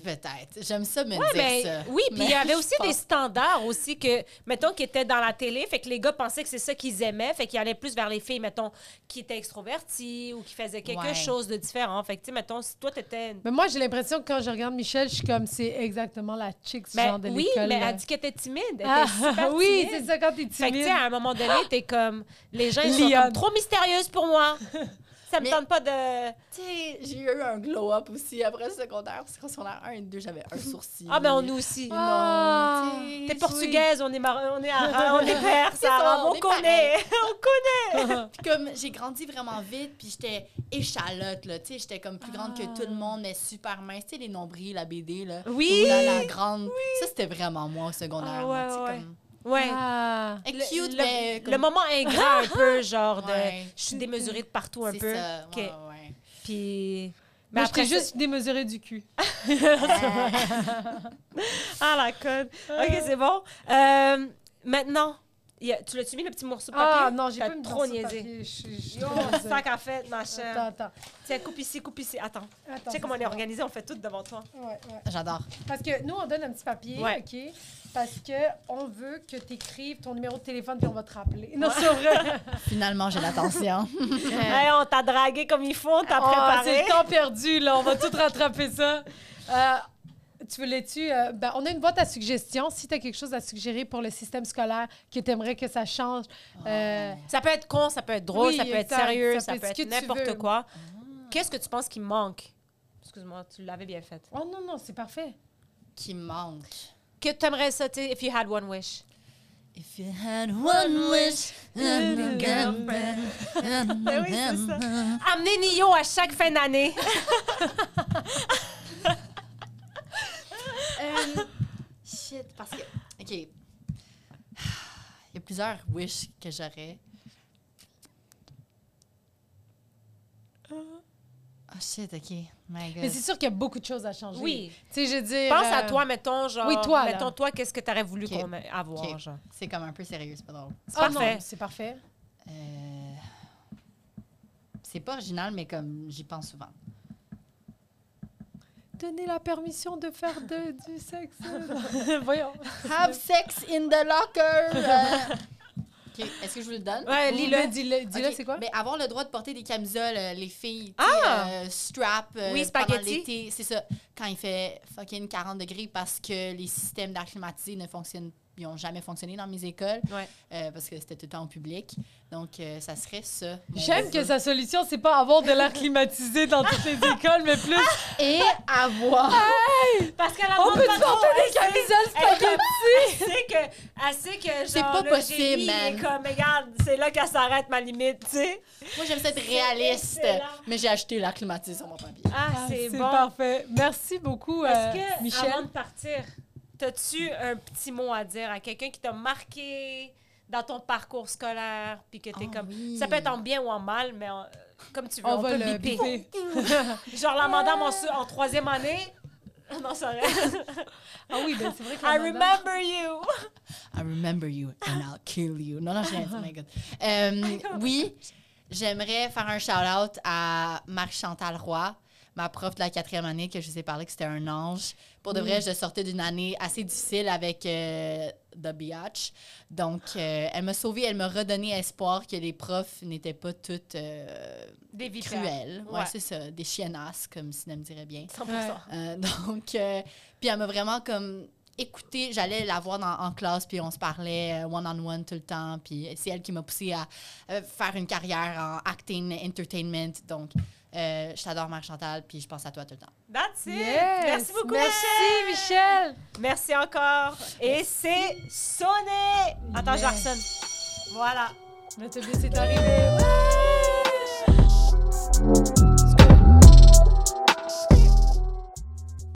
S3: Peut-être. J'aime ça me
S1: Ouais,
S3: dire
S1: ben,
S3: ça.
S1: Oui, puis il
S3: Mais
S1: y avait
S3: je
S1: aussi des
S3: pense-
S1: standards aussi que, mettons, qui étaient dans la télé, fait que les gars pensaient que c'est ça qu'ils aimaient, fait qu'ils allaient plus vers les filles, mettons, qui étaient extroverties ou qui faisaient quelque
S3: Ouais.
S1: chose de différent. Fait que, tu sais, mettons, si toi, t'étais...
S2: Mais moi, j'ai l'impression que quand je regarde Michel, je suis comme, c'est exactement la chick, ce
S1: Ben,
S2: genre de
S1: oui,
S2: l'école.
S1: mais
S2: là.
S1: elle dit qu'elle était timide. Elle était
S2: Ah,
S1: super
S2: oui, c'est
S1: timide.
S2: ça, quand t'es timide.
S1: Fait que, tu sais, à un moment donné, t'es comme... Les gens, ils sont
S2: Lionne.
S1: comme trop mystérieuses pour moi. Ça me
S3: Mais-
S1: tente pas de...
S3: Tu sais, j'ai eu un glow-up aussi après le secondaire, parce qu'au secondaire 1 et 2, j'avais un sourcil.
S1: Ah, ben, on nous aussi.
S3: Non.
S2: Ah.
S3: tu sais,
S1: T'es
S3: je-
S1: portugaise, on est, mar- on est arabe, on est perse,
S3: ça,
S1: arabe,
S3: on
S1: on
S3: est
S1: connaît.
S3: Puis comme j'ai grandi vraiment vite, puis j'étais échalote, là. Tu sais, j'étais comme plus grande
S1: Ah.
S3: que tout le monde, mais super mince. Tu sais, les nombrils, la BD, là.
S1: Oui!
S3: Ou la, la grande. Ça, c'était vraiment moi au secondaire.
S1: Ah,
S3: là,
S1: ouais,
S3: tu sais,
S1: ouais.
S3: comme-
S1: Ouais.
S2: Ah.
S3: Eh,
S1: le,
S3: cute,
S1: le-
S3: mais
S1: le
S3: comme-
S1: moment ingrat un peu, genre de
S3: Ouais.
S1: je suis démesurée de partout un
S3: C'est
S1: peu.
S3: ça,
S1: Ok.
S3: ouais, ouais.
S1: Puis. Mais
S2: Mais moi,
S1: après,
S2: j'étais juste démesurée du cul.
S3: Euh,
S1: c'est- Ah, la conne. OK, c'est bon. Euh, maintenant, il y a- tu l'as-tu mis le petit morceau de papier?
S2: Ah non, j'ai
S1: T'as
S2: pas une
S1: trop niaisé. Yo, sac à fête, ma chère.
S2: Attends, attends.
S1: Tiens, coupe ici, coupe ici. Attends.
S2: attends
S1: Tu sais
S2: ça,
S1: comment on
S2: c'est
S1: est
S2: bon.
S1: organisé, on fait tout devant toi.
S2: Ouais, ouais.
S3: J'adore.
S2: Parce que nous, on donne un petit papier,
S1: Ouais.
S2: OK? Parce que on veut que tu écrives ton numéro de téléphone puis on va te rappeler. Non, c'est vrai.
S3: Finalement, j'ai l'attention.
S1: Hey, on t'a dragué comme il faut, on t'a
S2: Oh, c'est
S1: préparé.
S2: le temps perdu, là. On va tout rattraper ça. Euh, tu voulais-tu... euh, ben, on a une boîte à suggestions. Si tu as quelque chose à suggérer pour le système scolaire que tu aimerais que ça change... euh,
S1: Ça peut être con, ça peut être drôle,
S2: Oui,
S1: ça peut être
S2: exact.
S1: sérieux,
S2: Ça
S1: ça,
S2: peut
S1: peut
S2: être ce
S1: être
S2: que tu veux.
S1: n'importe quoi. Qu'est-ce que tu penses qui manque? Ah. Excuse-moi, tu l'avais bien fait.
S2: Oh non, non, c'est parfait.
S3: Qui manque.
S1: Que t'aimerais ça, tu sais, if you had one wish.
S3: If you had one wish, I'd be girlfriend.
S1: Ben oui, c'est ça. Amener Nio à chaque fin d'année.
S3: Euh, Shit, parce que. OK. Il y a plusieurs wishes que j'aurais. Oh shit, OK. My God.
S2: Mais c'est sûr qu'il y a beaucoup de choses à changer.
S1: Oui.
S2: Tu sais, je veux dire...
S1: Pense
S2: euh,
S1: à toi, mettons, genre.
S2: oui, toi, là.
S1: Mettons, toi, qu'est-ce que t'aurais voulu
S3: Ok.
S1: qu'on ait- avoir,
S3: Ok.
S1: genre.
S3: C'est comme un peu sérieux, c'est pas drôle.
S1: C'est
S2: Ah non,
S1: parfait.
S2: c'est parfait.
S3: Euh, C'est pas original, mais comme j'y pense souvent.
S2: donner la permission de faire de- du sexe. Voyons.
S3: Have sex in the locker. Euh, OK, est-ce que je vous le donne?
S1: Ouais, lis-le.
S2: Mais Ben, Dis-le, dis-le,
S3: Ok,
S2: c'est quoi?
S3: Mais avoir le droit de porter des camisoles, euh, les filles. tu sais,
S1: Ah!
S3: euh, strap. euh,
S1: Oui,
S3: pendant
S1: spaghetti.
S3: l'été, C'est ça. Quand il fait fucking 40 degrés parce que les systèmes d'air climatisé ne fonctionnent ils n'ont jamais fonctionné dans mes écoles
S1: Ouais.
S3: euh, parce que c'était tout le temps au public. Donc, euh, ça serait ça. mon
S2: J'aime
S3: vœu.
S2: que sa solution, c'est pas avoir de l'air climatisé dans toutes les écoles, mais plus
S3: Et avoir.
S1: Parce qu'elle a
S2: on peut te porter
S1: elle
S2: des camisoles
S1: elle-
S2: spaghetti.
S1: sait que, elle sait que genre,
S3: C'est pas
S1: le
S3: possible,
S1: génie, il est
S3: man.
S1: comme, regarde, c'est là qu'elle s'arrête ma limite, tu sais.
S3: Moi, j'aime ça être réaliste.
S1: excellent.
S3: Mais j'ai acheté l'air climatisé sur mon papier.
S1: Ah,
S2: Ah,
S1: c'est bon.
S2: parfait. Merci beaucoup, euh,
S1: Est-ce que,
S2: Michel.
S1: avant de partir, t'as-tu un petit mot à dire à quelqu'un qui t'a marqué dans ton parcours scolaire, puis que t'es
S3: Ah
S1: comme...
S3: oui.
S1: Ça peut être en bien ou en mal, mais en- comme tu veux, on,
S2: Oh, On va
S1: peut
S2: le
S1: le biper.
S2: biper.
S1: Genre la madame en, en troisième année... Non, ça reste.
S2: Ah oui, ben c'est vrai que la
S1: I
S2: madame-
S1: remember you.
S3: I remember you and I'll kill you. Non, non, je l'ai dit, oh my God. Euh, oui, j'aimerais faire un shout-out à Marie-Chantal Roy, ma prof de la quatrième année, que je vous ai parlé que c'était un ange. Pour de vrai, je sortais d'une année assez difficile avec euh, The Biatch. Donc, euh, elle m'a sauvée, elle m'a redonné espoir que les profs n'étaient pas toutes euh,
S1: Des vipères.
S3: cruelles. Ouais,
S1: Ouais.
S3: c'est ça, des chiennasses, comme Sinem dirait bien.
S1: 100%.
S3: Euh, donc, euh, puis elle m'a vraiment comme écouté. J'allais la voir dans- en classe, puis on se parlait euh, one-on-one tout le temps. Puis c'est elle qui m'a poussée à, euh, faire une carrière en acting, entertainment. Donc, euh, je t'adore, Marc Chantal, puis je pense à toi tout le temps.
S1: That's it.
S2: Yes.
S1: Merci beaucoup,
S2: Merci,
S1: Michel.
S2: Michel.
S1: Merci encore. Et c'est sonné. Attends, je la ressonne. Voilà.
S2: L'autobus est arrivé. Ouais.